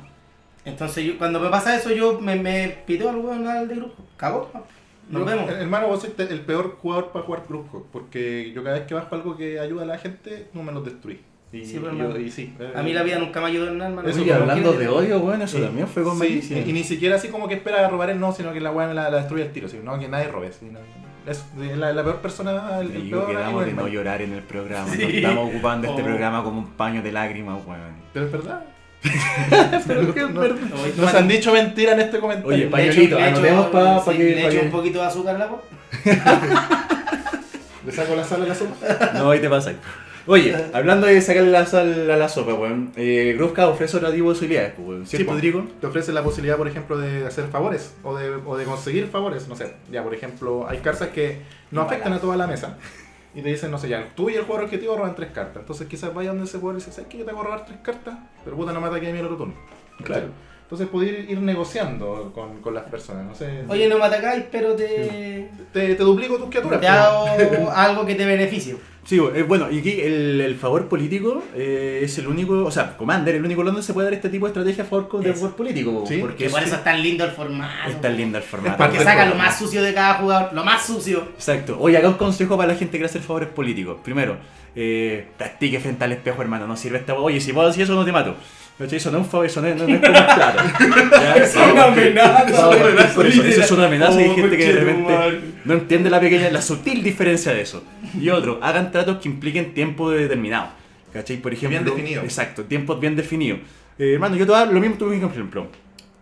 Entonces yo- cuando me pasa eso yo me, me pido al weón al de grupo. Cagó, pa. nos vemos. Her- Hermano, vos sois te- el peor jugador para jugar Grumhack. Porque yo cada vez que bajo algo que ayuda a la gente, no me los destruí. Y, Sí, pero y- hermano, y sí, eh, A mí la vida nunca me ayudó en nada, hermano. Eso, Oye, como hablando quiere- de odio, weón, eso Sí. también fue con Sí, malicia. y, y ni siquiera así como que espera robar el no, sino que la weá me la, la destruye al tiro, sino que nadie robe. así, no- es la, la peor persona, el, el Y peor amigo quedamos de del no mal. llorar en el programa. No estamos ocupando este Oh. programa como un paño de lágrimas, weón. Pero es verdad. Pero qué no- verdad. Oye, Nos han dicho mentira en este comentario. Oye, Le pañuelito, echo- le echo- anotemos pa- pa sí, que- le pa echo que- un poquito de azúcar a la voz. Le saco la sal a la sopa. No, ahí te pasa. Oye, hablando de sacarle la sal a la sopa, weón. Eh, Grubhub ofrece otro tipo de posibilidades, pues, weón. Sí, ¿Cierto, po. Rodrigo? Te ofrece la posibilidad, por ejemplo, de hacer favores o de, o de conseguir favores. No sé, ya, por ejemplo, hay cartas que no afectan a toda la mesa. Y te dicen, no sé, ya, tú y el jugador objetivo roban tres cartas. Entonces quizás vaya donde ese jugador y dice, ¿sabes que yo te hago robar tres cartas? Pero puta, no me ataque a mí el otro turno. Claro. Entonces puedes ir, ir negociando con, con las personas, no sé. Oye, no me atacáis, pero te, te, te duplico tus criaturas. te hago algo que te beneficie. Sí, eh, bueno, y aquí el, el favor político eh, es el único, o sea, Commander, el único lugar donde se puede dar este tipo de estrategia a favor con- de Eso. favor político. Sí, porque Que es, por eso es tan lindo el formato. es tan lindo el formato. parte Porque del saca lo programa. más sucio de cada jugador, lo más sucio. Exacto. Oye, acá un consejo para la gente que hace favores políticos. Primero, eh, practique frente al espejo, hermano. No sirve esta. Oye, si vos decís eso, no te mato. ¿Cachai? Eso no es un favor, eso no es, no- no es como un plato. ¿Ya? No, amenaza. por eso, eso es una amenaza y hay Oh, gente que de repente conchetumare. no entiende la pequeña, la sutil diferencia de eso. Y otro, hagan tratos que impliquen tiempo determinado. ¿Cachai? Por ejemplo. Bien definido. Exacto, tiempos bien definidos. Eh, hermano, yo te voy a dar lo mismo, tú mismo ejemplo.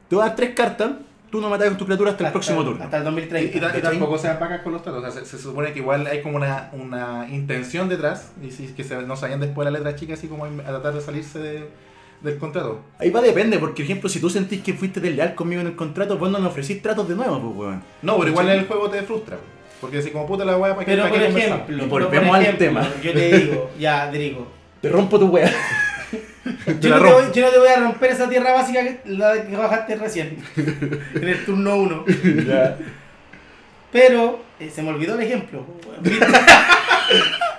Te voy a dar tres cartas, tú no matas con tu criatura hasta el próximo turno. Hasta el Y, y 2030. ta- y tampoco sean vacas con los tratos. O sea, se, se supone que igual hay como una, una intención detrás. Y si, que se, no sabían después la letra chica, así como a tratar de salirse de- del contrato. Ahí va, depende, porque, por ejemplo, si tú sentís que fuiste desleal conmigo en el contrato, vos no me ofrecís tratos de nuevo, pues, weón. No, pero igual en el juego te frustra. Porque si como puta la weá, ¿para qué, Pero para por qué ejemplo, Y pero por volvemos al ejemplo, tema. Yo te digo, ya, Drigo. Te rompo tu weá. Yo la no, te voy, rompo. yo no te voy a romper esa tierra básica que, la que bajaste recién. en el turno 1. Pero eh, se me olvidó el ejemplo.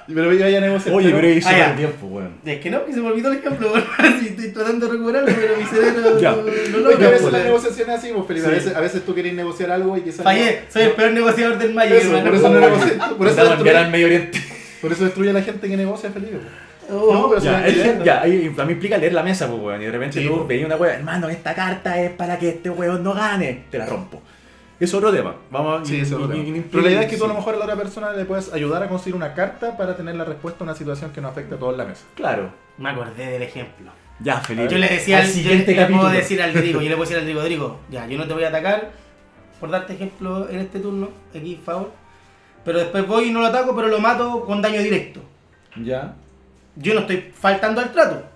Pero yo ya negocié. Oye, pero ahí Ah, ya. el tiempo, weón. Es que no, que se me olvidó el ejemplo. Sí, estoy tratando de recuperarlo, pero mi cerebro Ya. no, no Oye, logra. a veces pues. la negociación es así, vos, Felipe. A, Sí. veces, a veces tú querés negociar algo y quizás. Fallé, soy el peor negociador del Magic. pues, Eso, hermano. por eso no negocié. Por eso, Mandamos a enviar destruye, al Medio Oriente. por eso destruye a la gente que negocia, Felipe. Oh. No, pero- Ya, Personalidad. el gen- ya, ahí a mí implica leer la mesa, pues, weón. Y de repente Sí, tú pues. veías una weón, hermano, esta carta es para que este weón no gane. Te la rompo. Es otro tema. Vamos a- Sí, eso es lo y- que- y- y- Pero la idea es que tú a lo sí. mejor a la otra persona le puedes ayudar a conseguir una carta para tener la respuesta a una situación que nos afecta a todos en la mesa. Claro. Me acordé del ejemplo. Ya, Felipe. Yo le decía Al al, siguiente yo le- le puedo capítulo. decir al Drigo, yo le puedo decir al Drigo, Drigo, ya, yo no te voy a atacar, por darte ejemplo en este turno, aquí, favor. Pero después voy y no lo ataco, pero lo mato con daño directo. Ya. Yo no estoy faltando al trato.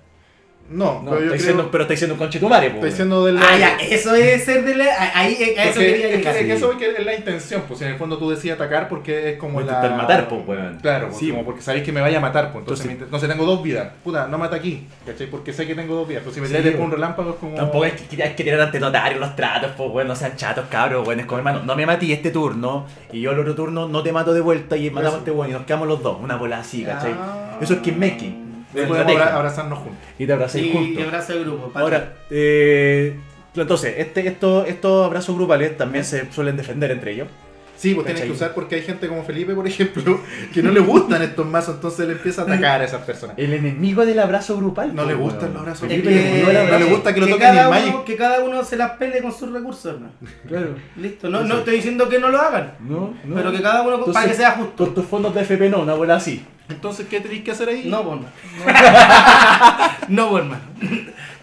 No, No, pero yo está creo... diciendo, pero está diciendo conchetumare, po, está pues, weón. diciendo del... Ah, ya, eso es ser de la. a- Ahí, a eso Porque quería es que, llegar. es que eso es que es la intención, pues en el fondo tú decías atacar porque es como Voy a la... intentar matar, pues, weón. Claro, pues, Sí, como porque sabéis que me vaya a matar, pues entonces, Entonces- me intent- entonces tengo dos vidas. Puta, no mata aquí, ¿cachai? Porque sé que tengo dos vidas. Entonces si me Sí, tiráis después weón. un relámpago es como... Tampoco hay que, hay que tirar ante notarios los tratos, pues, weón, no sean chatos, cabros, weón. Es como, hermano, no me matí este turno y yo el otro turno no te mato de vuelta y matamos a este weón y nos quedamos los dos. Una bola así, ¿cachai? Ah. Eso es kingmaking. Después Estrategia. podemos abra- abrazarnos juntos. Y te abracéis Sí, juntos. de brazo de grupo. Patrick. Ahora, eh, entonces, este, esto, estos abrazos grupales también se suelen defender entre ellos. Sí, pues tienes ¿Cachai? que usar porque hay gente como Felipe, por ejemplo, que no le gustan estos mazos, entonces le empieza a atacar a esas personas. El enemigo del abrazo grupal. No po, le weón. gustan los abrazos Es Felipe grupales. le murió el no abrazo. le gusta que lo toquen cada ni en uno- Magic. Que cada uno se las pele con sus recursos, hermano. Claro. Listo, no, no estoy diciendo que no lo hagan. No, no. Pero que cada uno para que sea justo. Con tus fondos de FP no, una bola así. Entonces, ¿qué tenéis que hacer ahí? No, por hermano. No, por hermano. No,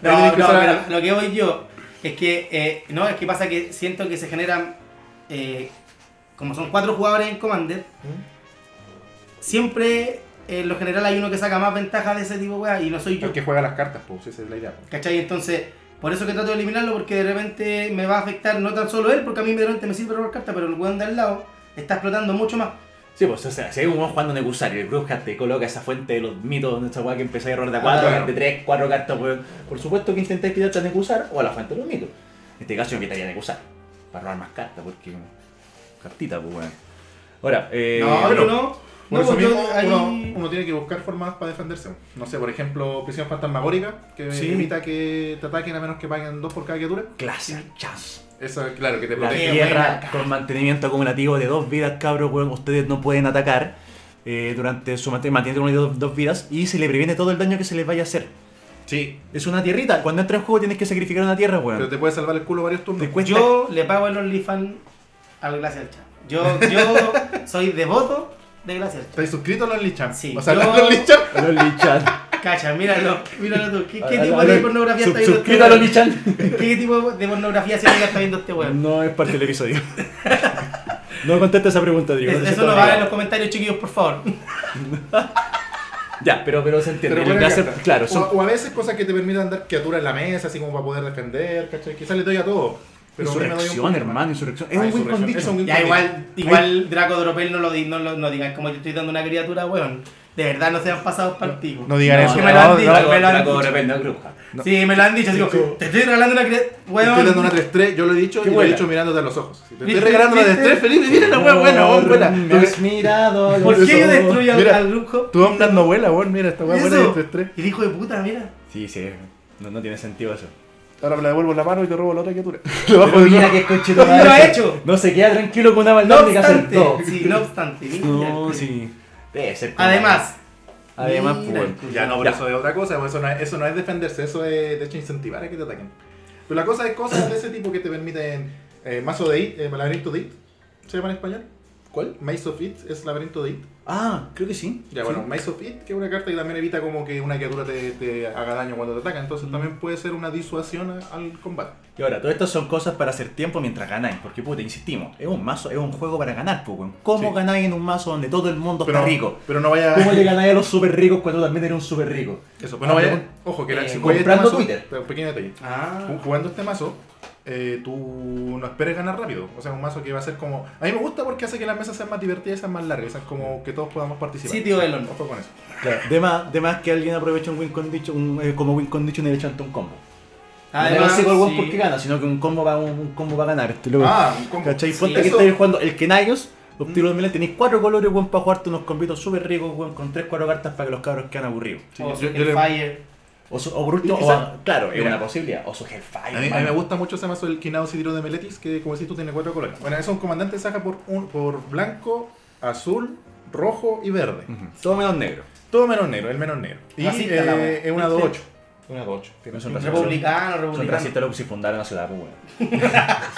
tenés que no, usar- pero lo que voy yo es que, eh, no, es que pasa que siento que se generan, eh, como son cuatro jugadores en Commander, siempre eh, en lo general hay uno que saca más ventaja de ese tipo, weá, y no soy yo. El que juega las cartas, pues, esa es la idea. pues. ¿Cachai? Entonces, por eso que trato de eliminarlo, porque de repente me va a afectar no tan solo él, porque a mí de repente me sirve robar cartas, pero el weón de al lado está explotando mucho más. Sí, pues, o sea, si hay un weón jugando Negusario, el Bruja te coloca esa fuente de los mitos, esa weá que empezáis a errar de a cuatro, Claro. de tres, cuatro cartas, weón. Por supuesto que intentáis quitarte a Negusar o a la fuente de los mitos. En este caso yo me quitaría a Negusar, para robar más cartas, porque. Cartita, pues, weón. Ahora, eh. No, No, pero- no, no. Por eso porque mismo, yo ahí- uno, uno tiene que buscar formas para defenderse. No sé, por ejemplo, prisión fantasmagórica, que Sí. evita que te ataquen a menos que paguen dos por cada criatura. Clase, chas. Eso, claro, que te La protege. Qué tierra buena carta. con mantenimiento acumulativo de dos vidas, cabros, weón. Ustedes no pueden atacar eh, durante su mantenimiento, mantiene acumulativo de dos vidas y se le previene todo el daño que se les vaya a hacer. Sí, Es una tierrita. Cuando entra en juego tienes que sacrificar una tierra, weón. pero te puede salvar el culo varios turnos. Te cuesta- Yo le pago el OnlyFans al Glacial Chat. Yo, yo soy devoto de Glacial Chat. ¿Estás suscrito a los Lichamp? Sí, O sea, yo- los Lichamp. Los lichan. Cacha, míralo, míralo tú. ¿Qué, A- qué a- tipo a de ver, pornografía sub- está viendo suscrito a los este Lichan. weón? ¿Qué tipo de pornografía científica está viendo este weón? No es parte del episodio. No contesta esa pregunta, Diego. Es- eso lo va en los comentarios, chiquillos, por favor. Ya, pero, pero se Pero entiende. buena Lo que hace- carta. claro, o, son, o a veces cosas que te permitan dar criatura en la mesa, así como para poder defender, ¿cachai? Quizás le doy a todo. Pero a mí me doy un insurrección, poquito hermano, más. insurrección. Ah, Es un win insurrección, condition. es un win Ya, condition. igual, igual Draco Dropel no lo, di- no lo no digan como yo estoy dando una criatura, weón. De verdad no se han pasado partidos. No digan eso. que me lo han dicho, Draco- me lo han Draco dicho. Rebelde, no, Bruja. Sí, me lo han dicho. Digo, Eso- te estoy regalando una criatura, Te weón. estoy dando una 3-3, yo lo he dicho y Qué lo he buena. dicho mirándote a los ojos. Te estoy ¿Viste? regalando una ¿Viste? 3-3, Felipe, mira la buena, buena, No, buena, buena. me Lo que- has mirado. ¿Por los qué yo ojos. destruyo al, Mira. al grupo? Tú andas no vuela, weón, mira esta weá buena Eso. de 3-3. El hijo de puta, mira. Sí, sí. No, no tiene sentido eso. Ahora me la devuelvo en la mano y te robo la otra criatura. Lo bajo Pero de mira nuevo. que conchito. Lo ha hecho. No se queda tranquilo con una No maldad que hacer obstante, todo. sí, no obstante. mira. No, sí. Debe ser. como- Además, Además, Mira. pues. Ya no, pero Ya. eso es otra cosa, pues, eso no es, eso no es defenderse, eso es de hecho incentivar a que te ataquen. Pero la cosa es cosas de ese tipo que te permiten eh, mazo de IT, eh, laberinto de IT, ¿se llama en español? ¿Cuál? Maze of IT es laberinto de IT. Ah, creo que sí. Ya bueno, Maze of It, que es una carta que también evita como que una criatura te, te haga daño cuando te ataca, Mm. entonces también puede ser una disuasión a- al combate. Y ahora, todo esto son cosas para hacer tiempo mientras ganáis. Porque, puta, insistimos, es un mazo, es un juego para ganar, pues, weón. ¿Cómo Sí. ganáis en un mazo donde todo el mundo Pero, está rico? pero no vaya ¿Cómo le ganáis a los super ricos cuando también eres un super rico? Eso, pero no vaya. Pregun- Ojo, que la, eh, si juegas este comprando mazo, Twitter. pero un pequeño detalle. Ah, Ju- Jugando este mazo, eh, tú no esperes ganar rápido. O sea, un mazo que va a ser como. A mí me gusta porque hace que las mesas sean más divertidas y sean más largas. O sea, como que todos podamos participar. Sí, tío Elon. Ojo con eso. De más, de más que alguien aproveche un win condition, un, eh, como win condition y le echante un combo. no Ah, además, le consigo el weón sí. porque gana, sino que un combo va, un, un combo va a ganar. Este loco. Ah, un combo. ¿Cachai? Sí, Ponte que eso- estáis jugando el Kenaios, los tiros de melee, tenéis cuatro colores, weón, para jugarte unos combitos súper ricos, weón, con tres, cuatro cartas para que los cabros quedan aburridos. Sí, O yo- su yo le- Hellfire. O, su- o por último, Y o esa- a- claro, es Mira. una posibilidad. O su A Hellfire. mí, a mí hermano. me gusta mucho ese mazo del Quinados y Tiro de Meletis, que como decís tú tiene cuatro colores. Bueno, es un comandante saca por, un, por blanco, azul, rojo y verde. Ujú. Todo menos negro. Todo menos negro, el menos negro. Y Así está la eh, wea. es una 2-8. Una 2-8. No son racistas. Republicano, Son republicano. racistas los que se fundaron la ciudad, pues, weón.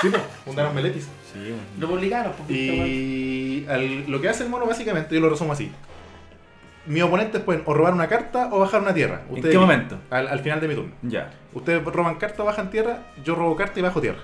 Sí, pues, fundaron Meletis. Sí, weón. Republicano, pues, weón. Y al- lo que hace el mono básicamente, yo lo resumo así. Mis oponentes pueden pues, o robar una carta o bajar una tierra. ¿En Ustedes qué eligen. momento? Al, al final de mi turno. Ya. Ustedes roban carta, bajan tierra, yo robo carta y bajo tierra.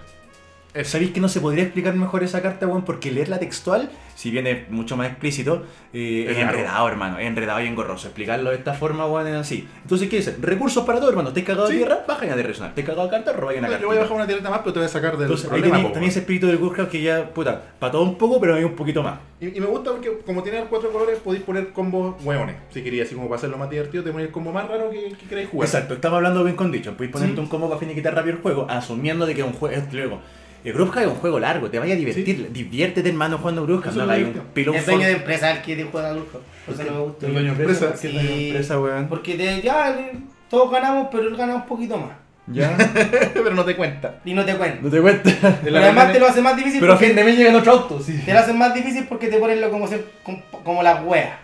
Eso. Eh, ¿Sabéis que no se podría explicar mejor esa carta, weón? Porque leerla textual, si bien es mucho más explícito, eh, Es es largo. enredado, hermano. Es enredado y engorroso. Explicarlo de esta forma, weón, es así. Entonces, ¿qué dice? Recursos para todo, hermano. ¿Te has cagado Sí. de tierra? Baja ya de resonar. ¿Te has cagado de carta? Roba una Bueno, carta. Yo voy a bajar una tireta más, pero te voy a sacar del Entonces, ahí problema. tenía- po, también ese espíritu del Warcraft que ya, puta, pató un poco, pero hay un poquito más. Y, y me gusta porque como tiene los cuatro colores podéis poner combos hueones. Si querías, así como para hacerlo más divertido, te ponéis el combo más raro que, que queráis jugar. Exacto, estamos hablando bien con dicho. Podéis ponerte Sí. un combo para finiquitar rápido el juego, asumiendo de que es un juego es luego. El Gruzca es un juego largo, te vaya a divertir, diviértete hermano jugando Gruzca, Eso no me hay divierte. un pilón Es dueño de for- empresa el que te juega adulto. Por eso no me gusta. El dueño de Empresa, ¿por qué el sí. dueño de empresa, weón. Porque de, ya eh, todos ganamos, pero él gana un poquito más. Ya, pero no te cuenta. Y no te cuento. no te cuesta. Pero además te lo hace más difícil. Pero a porque- fin de mes llega en otro auto, sí. Te lo hacen más difícil porque te ponen lo como, se- com- como la wea.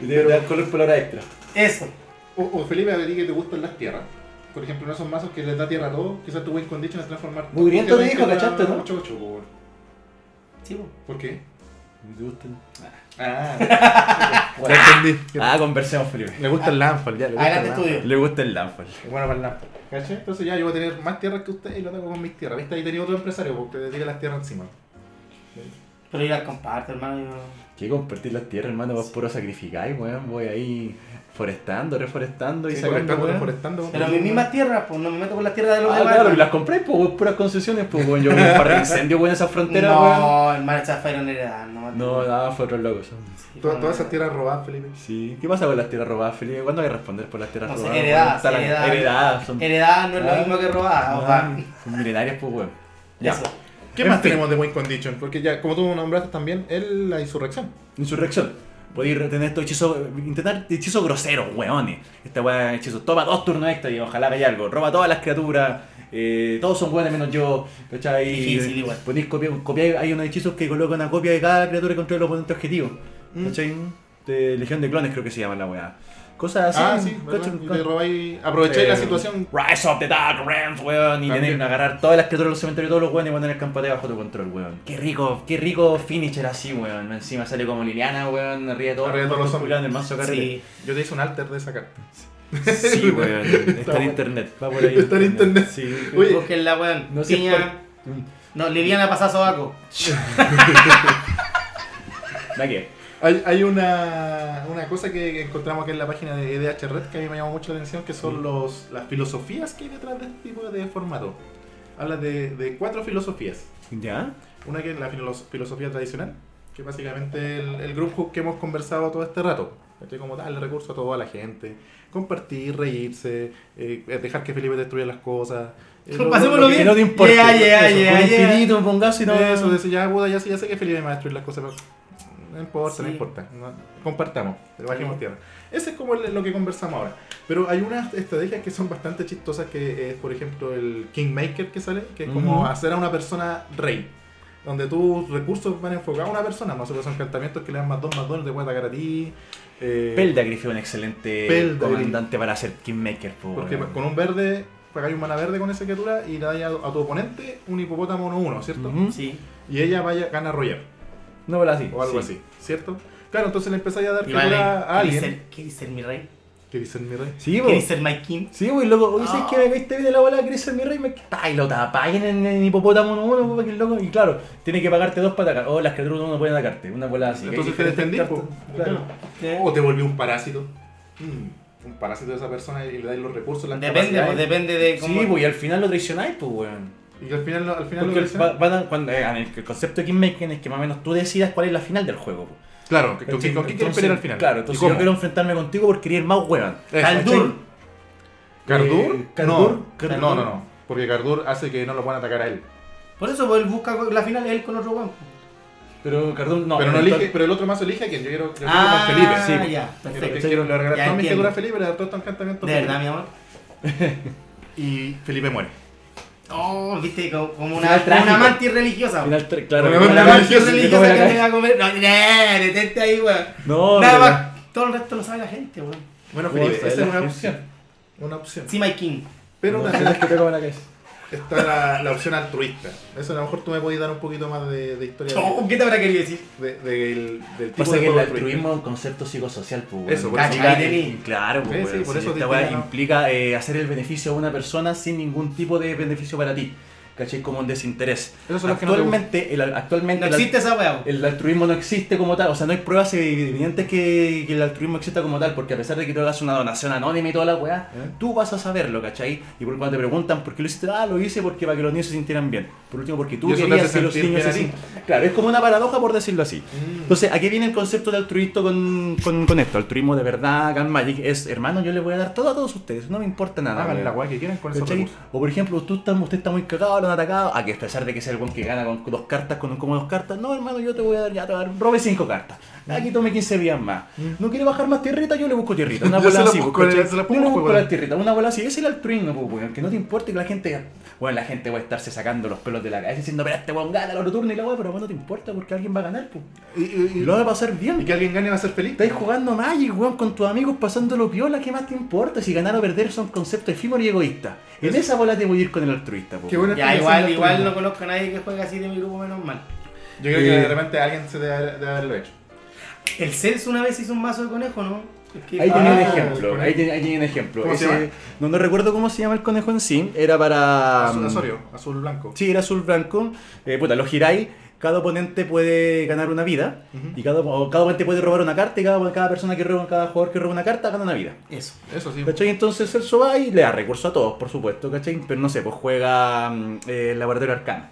Y te da color por hora extra. Eso. O, o Felipe, a ti que te gustan las tierras. Por ejemplo, no son mazos que les da tierra a todos. Quizás tu win condition es transformar. Mugriento te tierra en dijo, tierra ¿cachaste, no? 8-8, po, weón. Sí, po. ¿Por qué? ¿Te gustan? Ah, Bueno. entendí. Ah, conversemos, Felipe. Le gusta el Landfall, ya. Le gusta Adelante el estudio. Landfall. Le gusta el Landfall. Es bueno para el Landfall. ¿Caché? Entonces ya yo voy a tener más tierras que ustedes y lo tengo con mis tierras. ¿Viste? Ahí tenía otro empresario porque te tira las tierras encima. Pero yo las comparto, hermano. yo- Que compartir las tierras, hermano, vos puro sacrificáis, weón. Voy ahí forestando, reforestando y Sí, sacando, ¿eh? Reforestando, reforestando. weón. Pero mis mismas tierras, pues no me meto con las tierras de los Ah, demás. claro, y hermano. las compré, pues, weón, puras concesiones, pues, weón. Yo vi un par de incendios, weón, en esa frontera, weón. No, hermano, esas fueron heredadas. No, No, nada, fue otro loco. eso. Sí, Todas no, todas no. esas tierras robadas, Felipe. Sí. ¿Qué pasa con las tierras robadas, Felipe? ¿Cuándo hay que responder por las tierras No sé, robadas? weón? heredadas, Está la- heredadas. heredadas, son, Heredadas no es Ah. lo mismo que robadas. o sea, ah, son milenarias, pues, weón. Ya. eso. ¿Qué En más fin. tenemos de Win Condition? Porque ya, como tú nombraste también, el, la insurrección. Insurrección. Podéis retener estos hechizos, intentar hechizos groseros, weones. Esta weá hechizo toma dos turnos extra y ojalá que haya algo. Roba todas las criaturas, eh, todos son weones menos yo. ¿Cachai? Difícil igual. Podéis copiar, copiar- hay unos hechizos que colocan una copia de cada criatura que controla el oponente objetivo. Mm. ¿Cachai? De Legión de Clones creo que se llama la weá. Cosas así. ah, sí, ¿verdad? ¿cachai? Y te robáis, aprovecháis la Eh, situación. Rise of the Dark Realms, weón. Y También. tener que agarrar todas las criaturas de los cementerios, todos los weones y poner el campo de bajo tu control, weón. Qué rico, qué rico finisher así, weón. Encima sale como Liliana, weón, arriba de todo. Arriba de todos los zombies. culiados del mazo carrete. Sí. Yo te hice un alter de esa carta. Sí, weón. Está en bueno. internet. Va por ahí. Está en internet. Sí. Oye. Búsquenla, weón. No sé Piña. No, Liliana pasa sobaco. ¿Da qué? Hay, hay una, una cosa que que encontramos aquí en la página de EDH Red que a mí me llamó mucho la atención, que son los, las filosofías que hay detrás de este tipo de formato. Habla de, de cuatro filosofías. ¿Ya? Una que es la filos- filosofía tradicional, que básicamente el, el group hug que hemos conversado todo este rato. ¿cachai? Como darle recursos a toda la gente, compartir, reírse, eh, dejar que Felipe destruya las cosas. eh, lo- lo- Pasémoslo lo bien. Que no te importa. Yeah, yeah, Eso, yeah, con un yeah. pitito, un bongazo y no. Eso, de eso, ya, puta, ya, sé- ya sé que Felipe me va a destruir las cosas, pero no importa, no Sí. importa. no- compartamos, bajemos tierra. Ese es como el- lo que conversamos ahora. Pero hay unas estrategias que son bastante chistosas, que es, por ejemplo, el Kingmaker que sale, que es como Ujú. hacer a una persona rey. Donde tus recursos van enfocados a una persona, no solo son encantamientos que le dan más dos, más dos, te puede atacar a ti. eh, Pelda fue un excelente Peldagrif. comandante para hacer Kingmaker, po, porque weón. con un verde, pagáis un mana verde con esa criatura y le dais a, a tu oponente un hipopótamo 1-1, ¿cierto? Ujú. Sí. Y ella vaya, gana Royal. No, pero así. o algo sí. así, ¿cierto? Claro, entonces le empezáis a dar Y figura vale. a ¿Qué alguien. dice, ¿Qué dice mi rey? ¿Qué dicen mi rey? Sí, ¿Qué po. dice my king? Sí, güey, loco, oye, Ah. ¿sabes que me caíste bien de la bola? ¿Querés ser mi rey? Me... Pa, y lo tapáis en, en, en hipopótamo uno, uno, porque el loco. Y claro, tiene que pagarte dos para atacar. O las criaturas uno no pueden atacarte. Una bola así. que hay entonces te diferentes defendís, cartas. po. Claro. Oh, O te volví un parásito. Mm, un parásito de esa persona y le dais los recursos, las Depende, pues, capacidades. depende de cómo. Sí, pues, y al final lo traicionáis, pues, weón. Y al final, lo- al final lo Porque que el, sea- va- van a- cuando, eh, en el, el concepto de Kingmaker es que más o menos tú decidas cuál es la final del juego. po. Claro, que- que- ¿con Entonces, quién quieres pelear al final? Claro, ¿Y entonces cómo? yo quiero enfrentarme contigo porque eres el más weón. Eso, Caldur. ¿Cardur? Eh, ¿Cardur? No. ¿Cardur? No, no, no. Porque Cardur hace que no lo puedan atacar a él. Por eso, pues, él busca la final él con otro guapo. Pero Cardur no. pero no entonces- elige, pero el otro mazo elige a quien. Yo quiero, yo quiero Ah, con Felipe. sí, po. ya, Quiero, que- perfecto. quiero largar Ya todas mis entiendo. criaturas a Felipe, le dar todo este encantamiento a De Felipe. verdad, mi amor. Y Felipe muere. Oh, viste, como, como Final una, como trágico. una mantis religiosa. Final tre- claro. Pero Como no una la mantis religiosa, religiosa que te no, va a comer. No, nah, detente ahí, weón. no, Nada Oh, pero- más, todo el resto lo sabe la gente, weón. Bueno, ¿Cómo Felipe, está esa la es una gente? opción. Una opción. Sí, my king. Pero No, una es que te acabo en la cabeza. Está la, la opción altruista. Eso a lo mejor tú me podías dar un poquito más de, de historia Oh, ¿Qué te habrá querido decir? de- de- del, del tipo Pasa de que el juego altruismo es un concepto psicosocial, pues, weón. Eso, por eso. Implica- Ahí tení. Claro, pues, Sí, weón. sí, por Si eso esta te weá digo, ¿no? implica eh, hacer el beneficio a una persona sin ningún tipo de beneficio para ti. ¿cachai? Como un desinterés. Esos son los que no te Actualmente, el, actualmente No el- existe esa weá. el altruismo no existe como tal, o sea, no hay pruebas evidentes que, que el altruismo exista como tal, porque a pesar de que tú hagas una donación anónima y toda la weá, ¿Eh? tú vas a saberlo, ¿cachai? Y por cuando te preguntan por qué lo hiciste, ah, lo hice porque para que los niños se sintieran bien. Por último, porque tú Y eso te querías hace que los sentir niños se bien a ti. sintieran- Claro, es como una paradoja por decirlo así. Mm. Entonces, aquí viene el concepto de altruismo con, con, con esto. Altruismo de verdad, Gun Magic, es, hermano, yo le voy a dar todo a todos ustedes, no me importa nada. Hagan weón. la weá que quieran con esos ¿Cachai? recursos. O por ejemplo, tú estás, usted está muy cagado, lo han atacado. A que a pesar de que sea el buen que gana con dos cartas, con un como dos cartas, no hermano, yo te voy a dar, ya te voy a dar, robe cinco cartas. Mm. Aquí tome 15 días más. No quiere bajar más tierrita, yo le busco tierrita. Una Yo se bola la así, busco, ¿cachai? yo se la Yo le busco, busco weón. la tierrita, una bola así. Ese es el altruismo, pues, weón, que no te importe que la gente, bueno, la gente va a estarse sacando los pelos de la cabeza diciendo, pero este weón gana el otro turno y la weón, pero bueno, no te importa porque alguien va a ganar, pues. Y, y- Y y- lo va a pasar bien. y que alguien gane va a ser feliz. Estáis jugando Magic, weón, con tus amigos pasándolo piola, ¿qué más te importa? Si ganar o perder son conceptos efímeros y egoístas. En Eso. esa bola te voy a ir con el altruista, po. Qué buena Ya, experiencia en igual, el igual altruismo. no conozco a nadie que juegue así de mi grupo, menos mal. Yo creo que Eh. um, de repente alguien se debe, haber- debe haberlo hecho. El Celso una vez hizo un mazo de conejo, ¿no? Es que- tiene Ahí tenía un Ah, ejemplo, el ahí tenía, ahí tenía un ejemplo. ¿Cómo se Ese- llama? no, no recuerdo cómo se llama el conejo en sí, era para... mm, azul, azorio, azul blanco. Sí, era azul blanco. Eh, puta, lo giráis. Cada oponente puede ganar una vida. Ujú. Y cada, o cada oponente puede robar una carta. Y cada, cada persona que roba, cada jugador que roba una carta, gana una vida. Eso. Eso sí. ¿Cachai? Entonces Celso va y le da recursos a todos, por supuesto, ¿cachai? Pero no sé, pues juega mm, eh, el laboratorio arcano.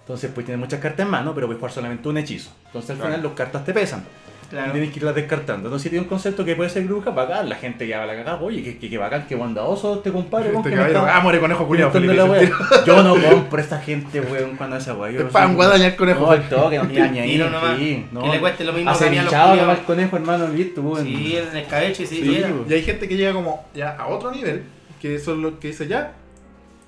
Entonces, pues tiene muchas cartas en mano, pero puedes jugar solamente un hechizo. Entonces, al Claro. final, las cartas te pesan. Y Claro. tienes que irlas descartando. Entonces, si tiene un concepto que puede ser bruja, bacán. La gente ya va a la cagada. Oye, qué, qué, qué bacán, qué bondadoso este compadre. weón, Este que me caballero, está- ah, muere conejo me culiado. está dando la wea. Yo no compro a esta gente, weón, cuando esa weón. Te pan guadaña el conejo. No, al toque, no Ya, tiene ahí. tiro nomás. sí, no. Que le cueste lo mismo que a mí a los Acechado culiados. nomás el conejo, hermano, listo, weón. Sí, en el cabello y sí, Sí, era. weón. Y hay gente que llega como ya a otro nivel, que eso es lo que dice ya,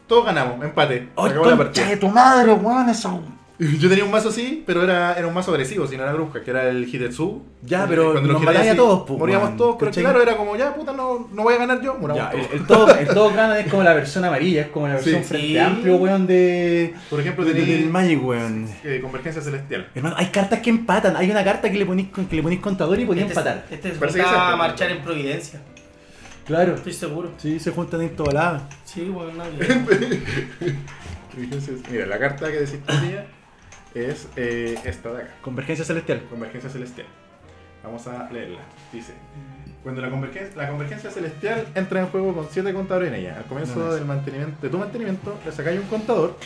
todos ganamos, empate, se ¡Ay, acabó la concha partida. de tu madre, weón! Eso. Yo tenía un mazo así, pero era, era un mazo agresivo, si no era bruja, que era el Hitetsu. Ya, Y pero cuando lo nos giráis matáis a así, todos, pues, Moríamos weón, todos, pero ¿cachai? claro, era como ya, puta, no, no voy a ganar yo, moramos Ya, el, todos. el todo, el todo grande es como la versión amarilla, es como la versión Sí. frente Sí. amplio, weón, de. Por ejemplo, de- eh, del tenía Magic, weón. eh, Convergencia Celestial. Hermano, hay cartas que empatan. Hay una carta que le ponís, con- que le ponís contador y podía Este, empatar. este se Parece que juntaba se- a marchar en Providencia. Claro. Estoy seguro. Sí, se juntan en todas lados. Sí, bueno, nadie. Convergencia- Mira, la carta que decís tú, tía, es eh, esta de acá. Convergencia celestial. Convergencia Celestial. Vamos a leerla. Dice: Cuando la convergencia, la convergencia celestial entra en juego con 7 contadores en ella, al comienzo No, no. del mantenimiento, de tu mantenimiento, le sacáis un contador.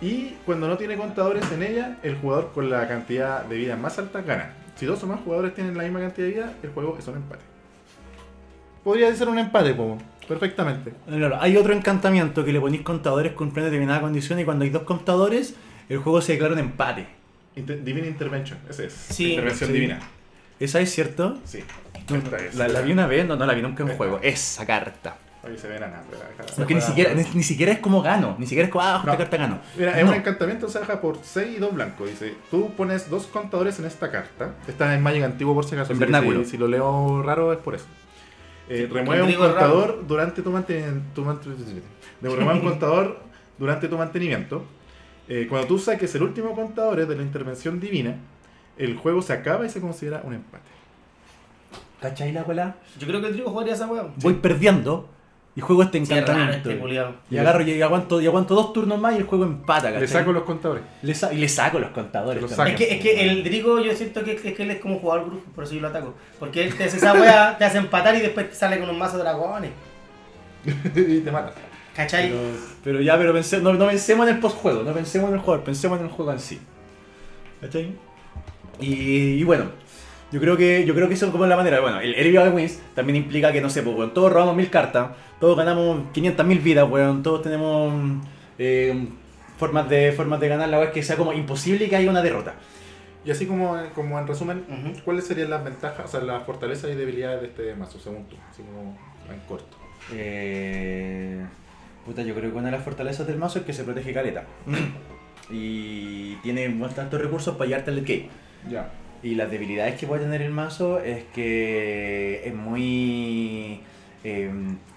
Y cuando no tiene contadores en ella, el jugador con la cantidad de vida más alta gana. Si dos o más jugadores tienen la misma cantidad de vida, el juego es un empate. Podría ser un empate, Pomo. Perfectamente. Claro, hay otro encantamiento que le ponís contadores con una determinada condición y cuando hay dos contadores, el juego se declara un empate. Inter- Divine Intervention, ese es. Sí. Intervención Sí. divina. ¿Esa es cierto? Sí. No, Esta es. la, la vi una vez, no, no la vi nunca en un Esta. juego. Esa carta. Ahí se ve nada. pero- Porque ni siquiera, ni, ni siquiera es como gano, ni siquiera es como, ah, esta No. carta gano. Mira, es No. un encantamiento se baja por 6 y 2 blanco. Dice, tú pones dos contadores en esta carta. Está en Magic antiguo por si acaso. En así que vernáculo. Si, si lo leo raro es por eso. Eh, remueve en un griego es raro. contador durante tu mantenimiento. Remueve un contador durante tu mantenimiento. Eh, cuando tú saques el último contador de la intervención divina, el juego se acaba y se considera un empate. ¿Cachai la cola? Yo creo que el trigo jugaría esa weá. Voy perdiendo y juego este Sí, es raro encantamiento. este culiao. y agarro y aguanto, y aguanto dos turnos más y el juego empata, ¿cachai? Le saco los contadores. Le sa- y le saco los contadores. Te los también. Es que, es que el Drigo yo siento que, es que él es como jugador brujo, por eso yo lo ataco. Porque él te hace esa weá, te hace empatar y después te sale con un mazo de dragones. y te matas. ¿Cachai? Pero, pero ya, pero pense- no, no pensemos en el postjuego, no pensemos en el jugador, pensemos en el juego en sí. ¿Cachai? Y, y bueno, yo creo que yo creo que eso es como la manera. Bueno, el Area Wins también implica que, no sé, pues, weón, todos robamos mil cartas, todos ganamos 500.000 vidas, weón, todos tenemos eh, formas, de, formas de ganar la weá, que sea como imposible que haya una derrota. Y así como, como en resumen, Ujú. ¿cuáles serían las ventajas, o sea, las fortalezas y debilidades de este mazo, según tú? Así como en corto. Eh, puta, yo creo que una de las fortalezas del mazo es que se protege caleta. y tiene bastantes recursos para llevarte al late game. Ya. Y las debilidades que puede tener el mazo es que es muy eh,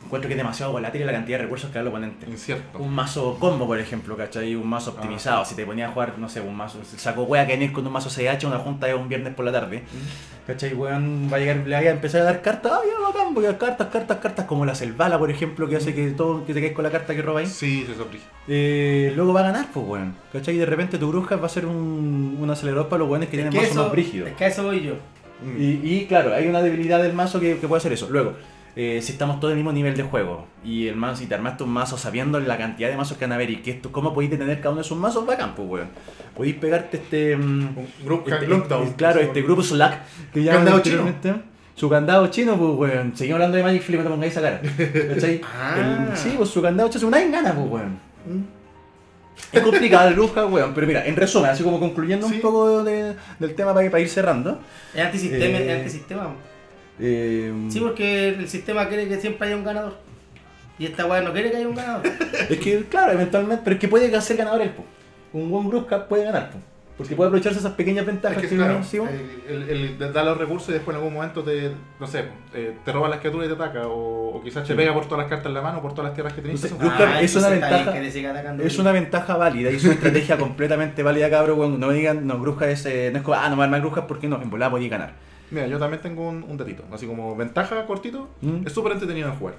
encuentro que es demasiado volátil la cantidad de recursos que da el oponente. Incierto. Un mazo combo, por ejemplo, ¿cachai? Un Ah, mazo optimizado. Si te ponía a jugar, no sé, un mazo. Saco wea que venir con un mazo CH una junta de un viernes por la tarde. Mm. ¿cachai? Weón va a llegar, le va a empezar a dar cartas. Ah, ya bacán, voy a dar cartas, cartas, cartas. Como la Selvala, por ejemplo, que hace Mm. que todo que te quedes con la carta que robáis. Sí, se sorprende. Eh, luego va a ganar, pues, weón. ¿cachai? Y de repente tu bruja va a ser un, un acelerador para los weones que Es tienen que mazos eso- más brígidos. Es que a eso voy yo. Y, y, claro, hay una debilidad del mazo que, que puede hacer eso. Luego, eh, si estamos todos en el mismo nivel de juego y el mazo, si te armaste un mazo sabiendo la cantidad de mazos que van a haber y que esto, cómo podéis detener cada uno de esos mazos, bacán, pues, weón. Podéis pegarte este. mm, Un grupo este- lockdown. este- claro, este grupo Slack que llaman Candado anteriormente. Su candado chino, pues, weón. Seguimos hablando de Magic Flip, no te pongáis a cara. ¿Cachai? Ah. El- sí, pues su candado chino, una gana, pues, weón. Es complicada la bruja, weón. Pero mira, en resumen, así como concluyendo Sí. un poco de- del tema para, para ir cerrando. Es antisistema, Eh, es antisistema. Eh, Sí, porque el sistema quiere que siempre haya un ganador. Y esta weá no quiere que haya un ganador. Es que, claro, eventualmente, pero es que puede ser ganador el po. Un buen Brusca puede ganar, po. Porque puede aprovecharse esas pequeñas ventajas Es que que, sí, claro, eh, sí, bueno. el, el- el da los recursos y después en algún momento te, no sé, eh, te roban las criaturas y te ataca, o, o quizás te pega por todas las cartas en la mano, por todas las tierras que tenés. Entonces, Eso- Buscar- Ah, es una entonces está bien ventaja- que le siga atacando. Es una ventaja válida y es una estrategia completamente válida, cabrón. weón. No me digan, no, Brusca es. eh, no es como, ah, no me arman Brusca porque no, en volada podía ganar. Mira, yo también tengo un, un datito, así como ventaja cortito, Mm. es súper entretenido de jugar.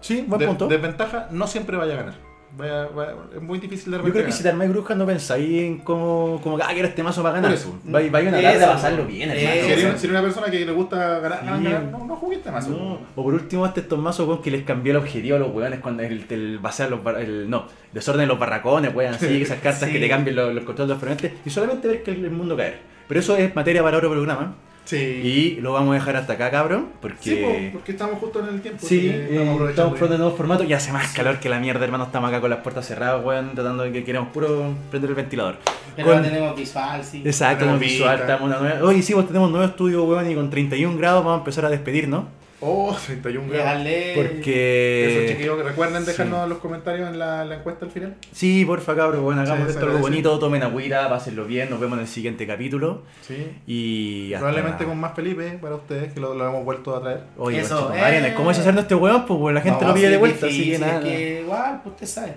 Sí, buen De- punto. Desventaja no siempre vaya a ganar. Vaya- vaya- es muy difícil de Yo repente creo que si te ganar. armáis Brusca no pensáis en cómo, como, ah, quiero este mazo para ganar. Por eso. po. Vais vais a una tarde Eso, a pasarlo bien, eso. hermano. Si eres, O una- sea, si eres una persona que le gusta ganar, Eh, Sí. ganar, ganar, no, este no juguiste más. No, O por último, este estos mazos weón, que les cambió el objetivo a los weones cuando el, el vaciar los bar- el, no, desorden de los barracones, weón, así, esas cartas Sí. que te cambian los, los controles de los oponentes y solamente ver que el, el mundo caer. Pero eso es materia para otro programa Sí. y lo vamos a dejar hasta acá, cabrón, Sí, po, porque porque estamos justo en el tiempo. sí, así que eh, estamos aprovechando estamos bien. pronto de nuevo formato y hace más calor que la mierda, hermano, estamos acá con las puertas cerradas, weón, tratando de que queremos puro prender el ventilador. Pero con- no tenemos visual, sí. Exacto, Tenemos visual, vista. estamos una nueva... Hoy sí, vos tenemos un nuevo estudio, weón, y con 31 grados vamos a empezar a despedirnos Oh, 31 grados. Déjale. porque... Eso, chiquillos, recuerden sí. dejarnos los comentarios en la, la encuesta al final. Sí, porfa, cabros, bueno, hagamos Sí, esto se algo agradece. bonito, tomen agüita, pásenlo bien, nos vemos en el siguiente capítulo Sí. y hasta... Probablemente con más Felipe eh, para ustedes, que lo, lo hemos vuelto a traer. Oye, Eso, conchetumare, en el- ¿cómo es eh. hacernos este weón? Pues bueno, la gente No, lo pide Sí, de vuelta, así difícil, que es nada. que, igual, pues usted sabe.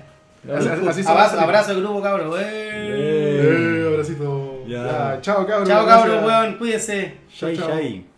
Así- así se abrazo, va a salir. abrazo al grupo, cabrón. Eh. Eh. Eh, abracito. Ya. Ya, Chao, cabros. Chao, gracias. cabrón, weón, cuídense. Shay, Chao, chao. shay.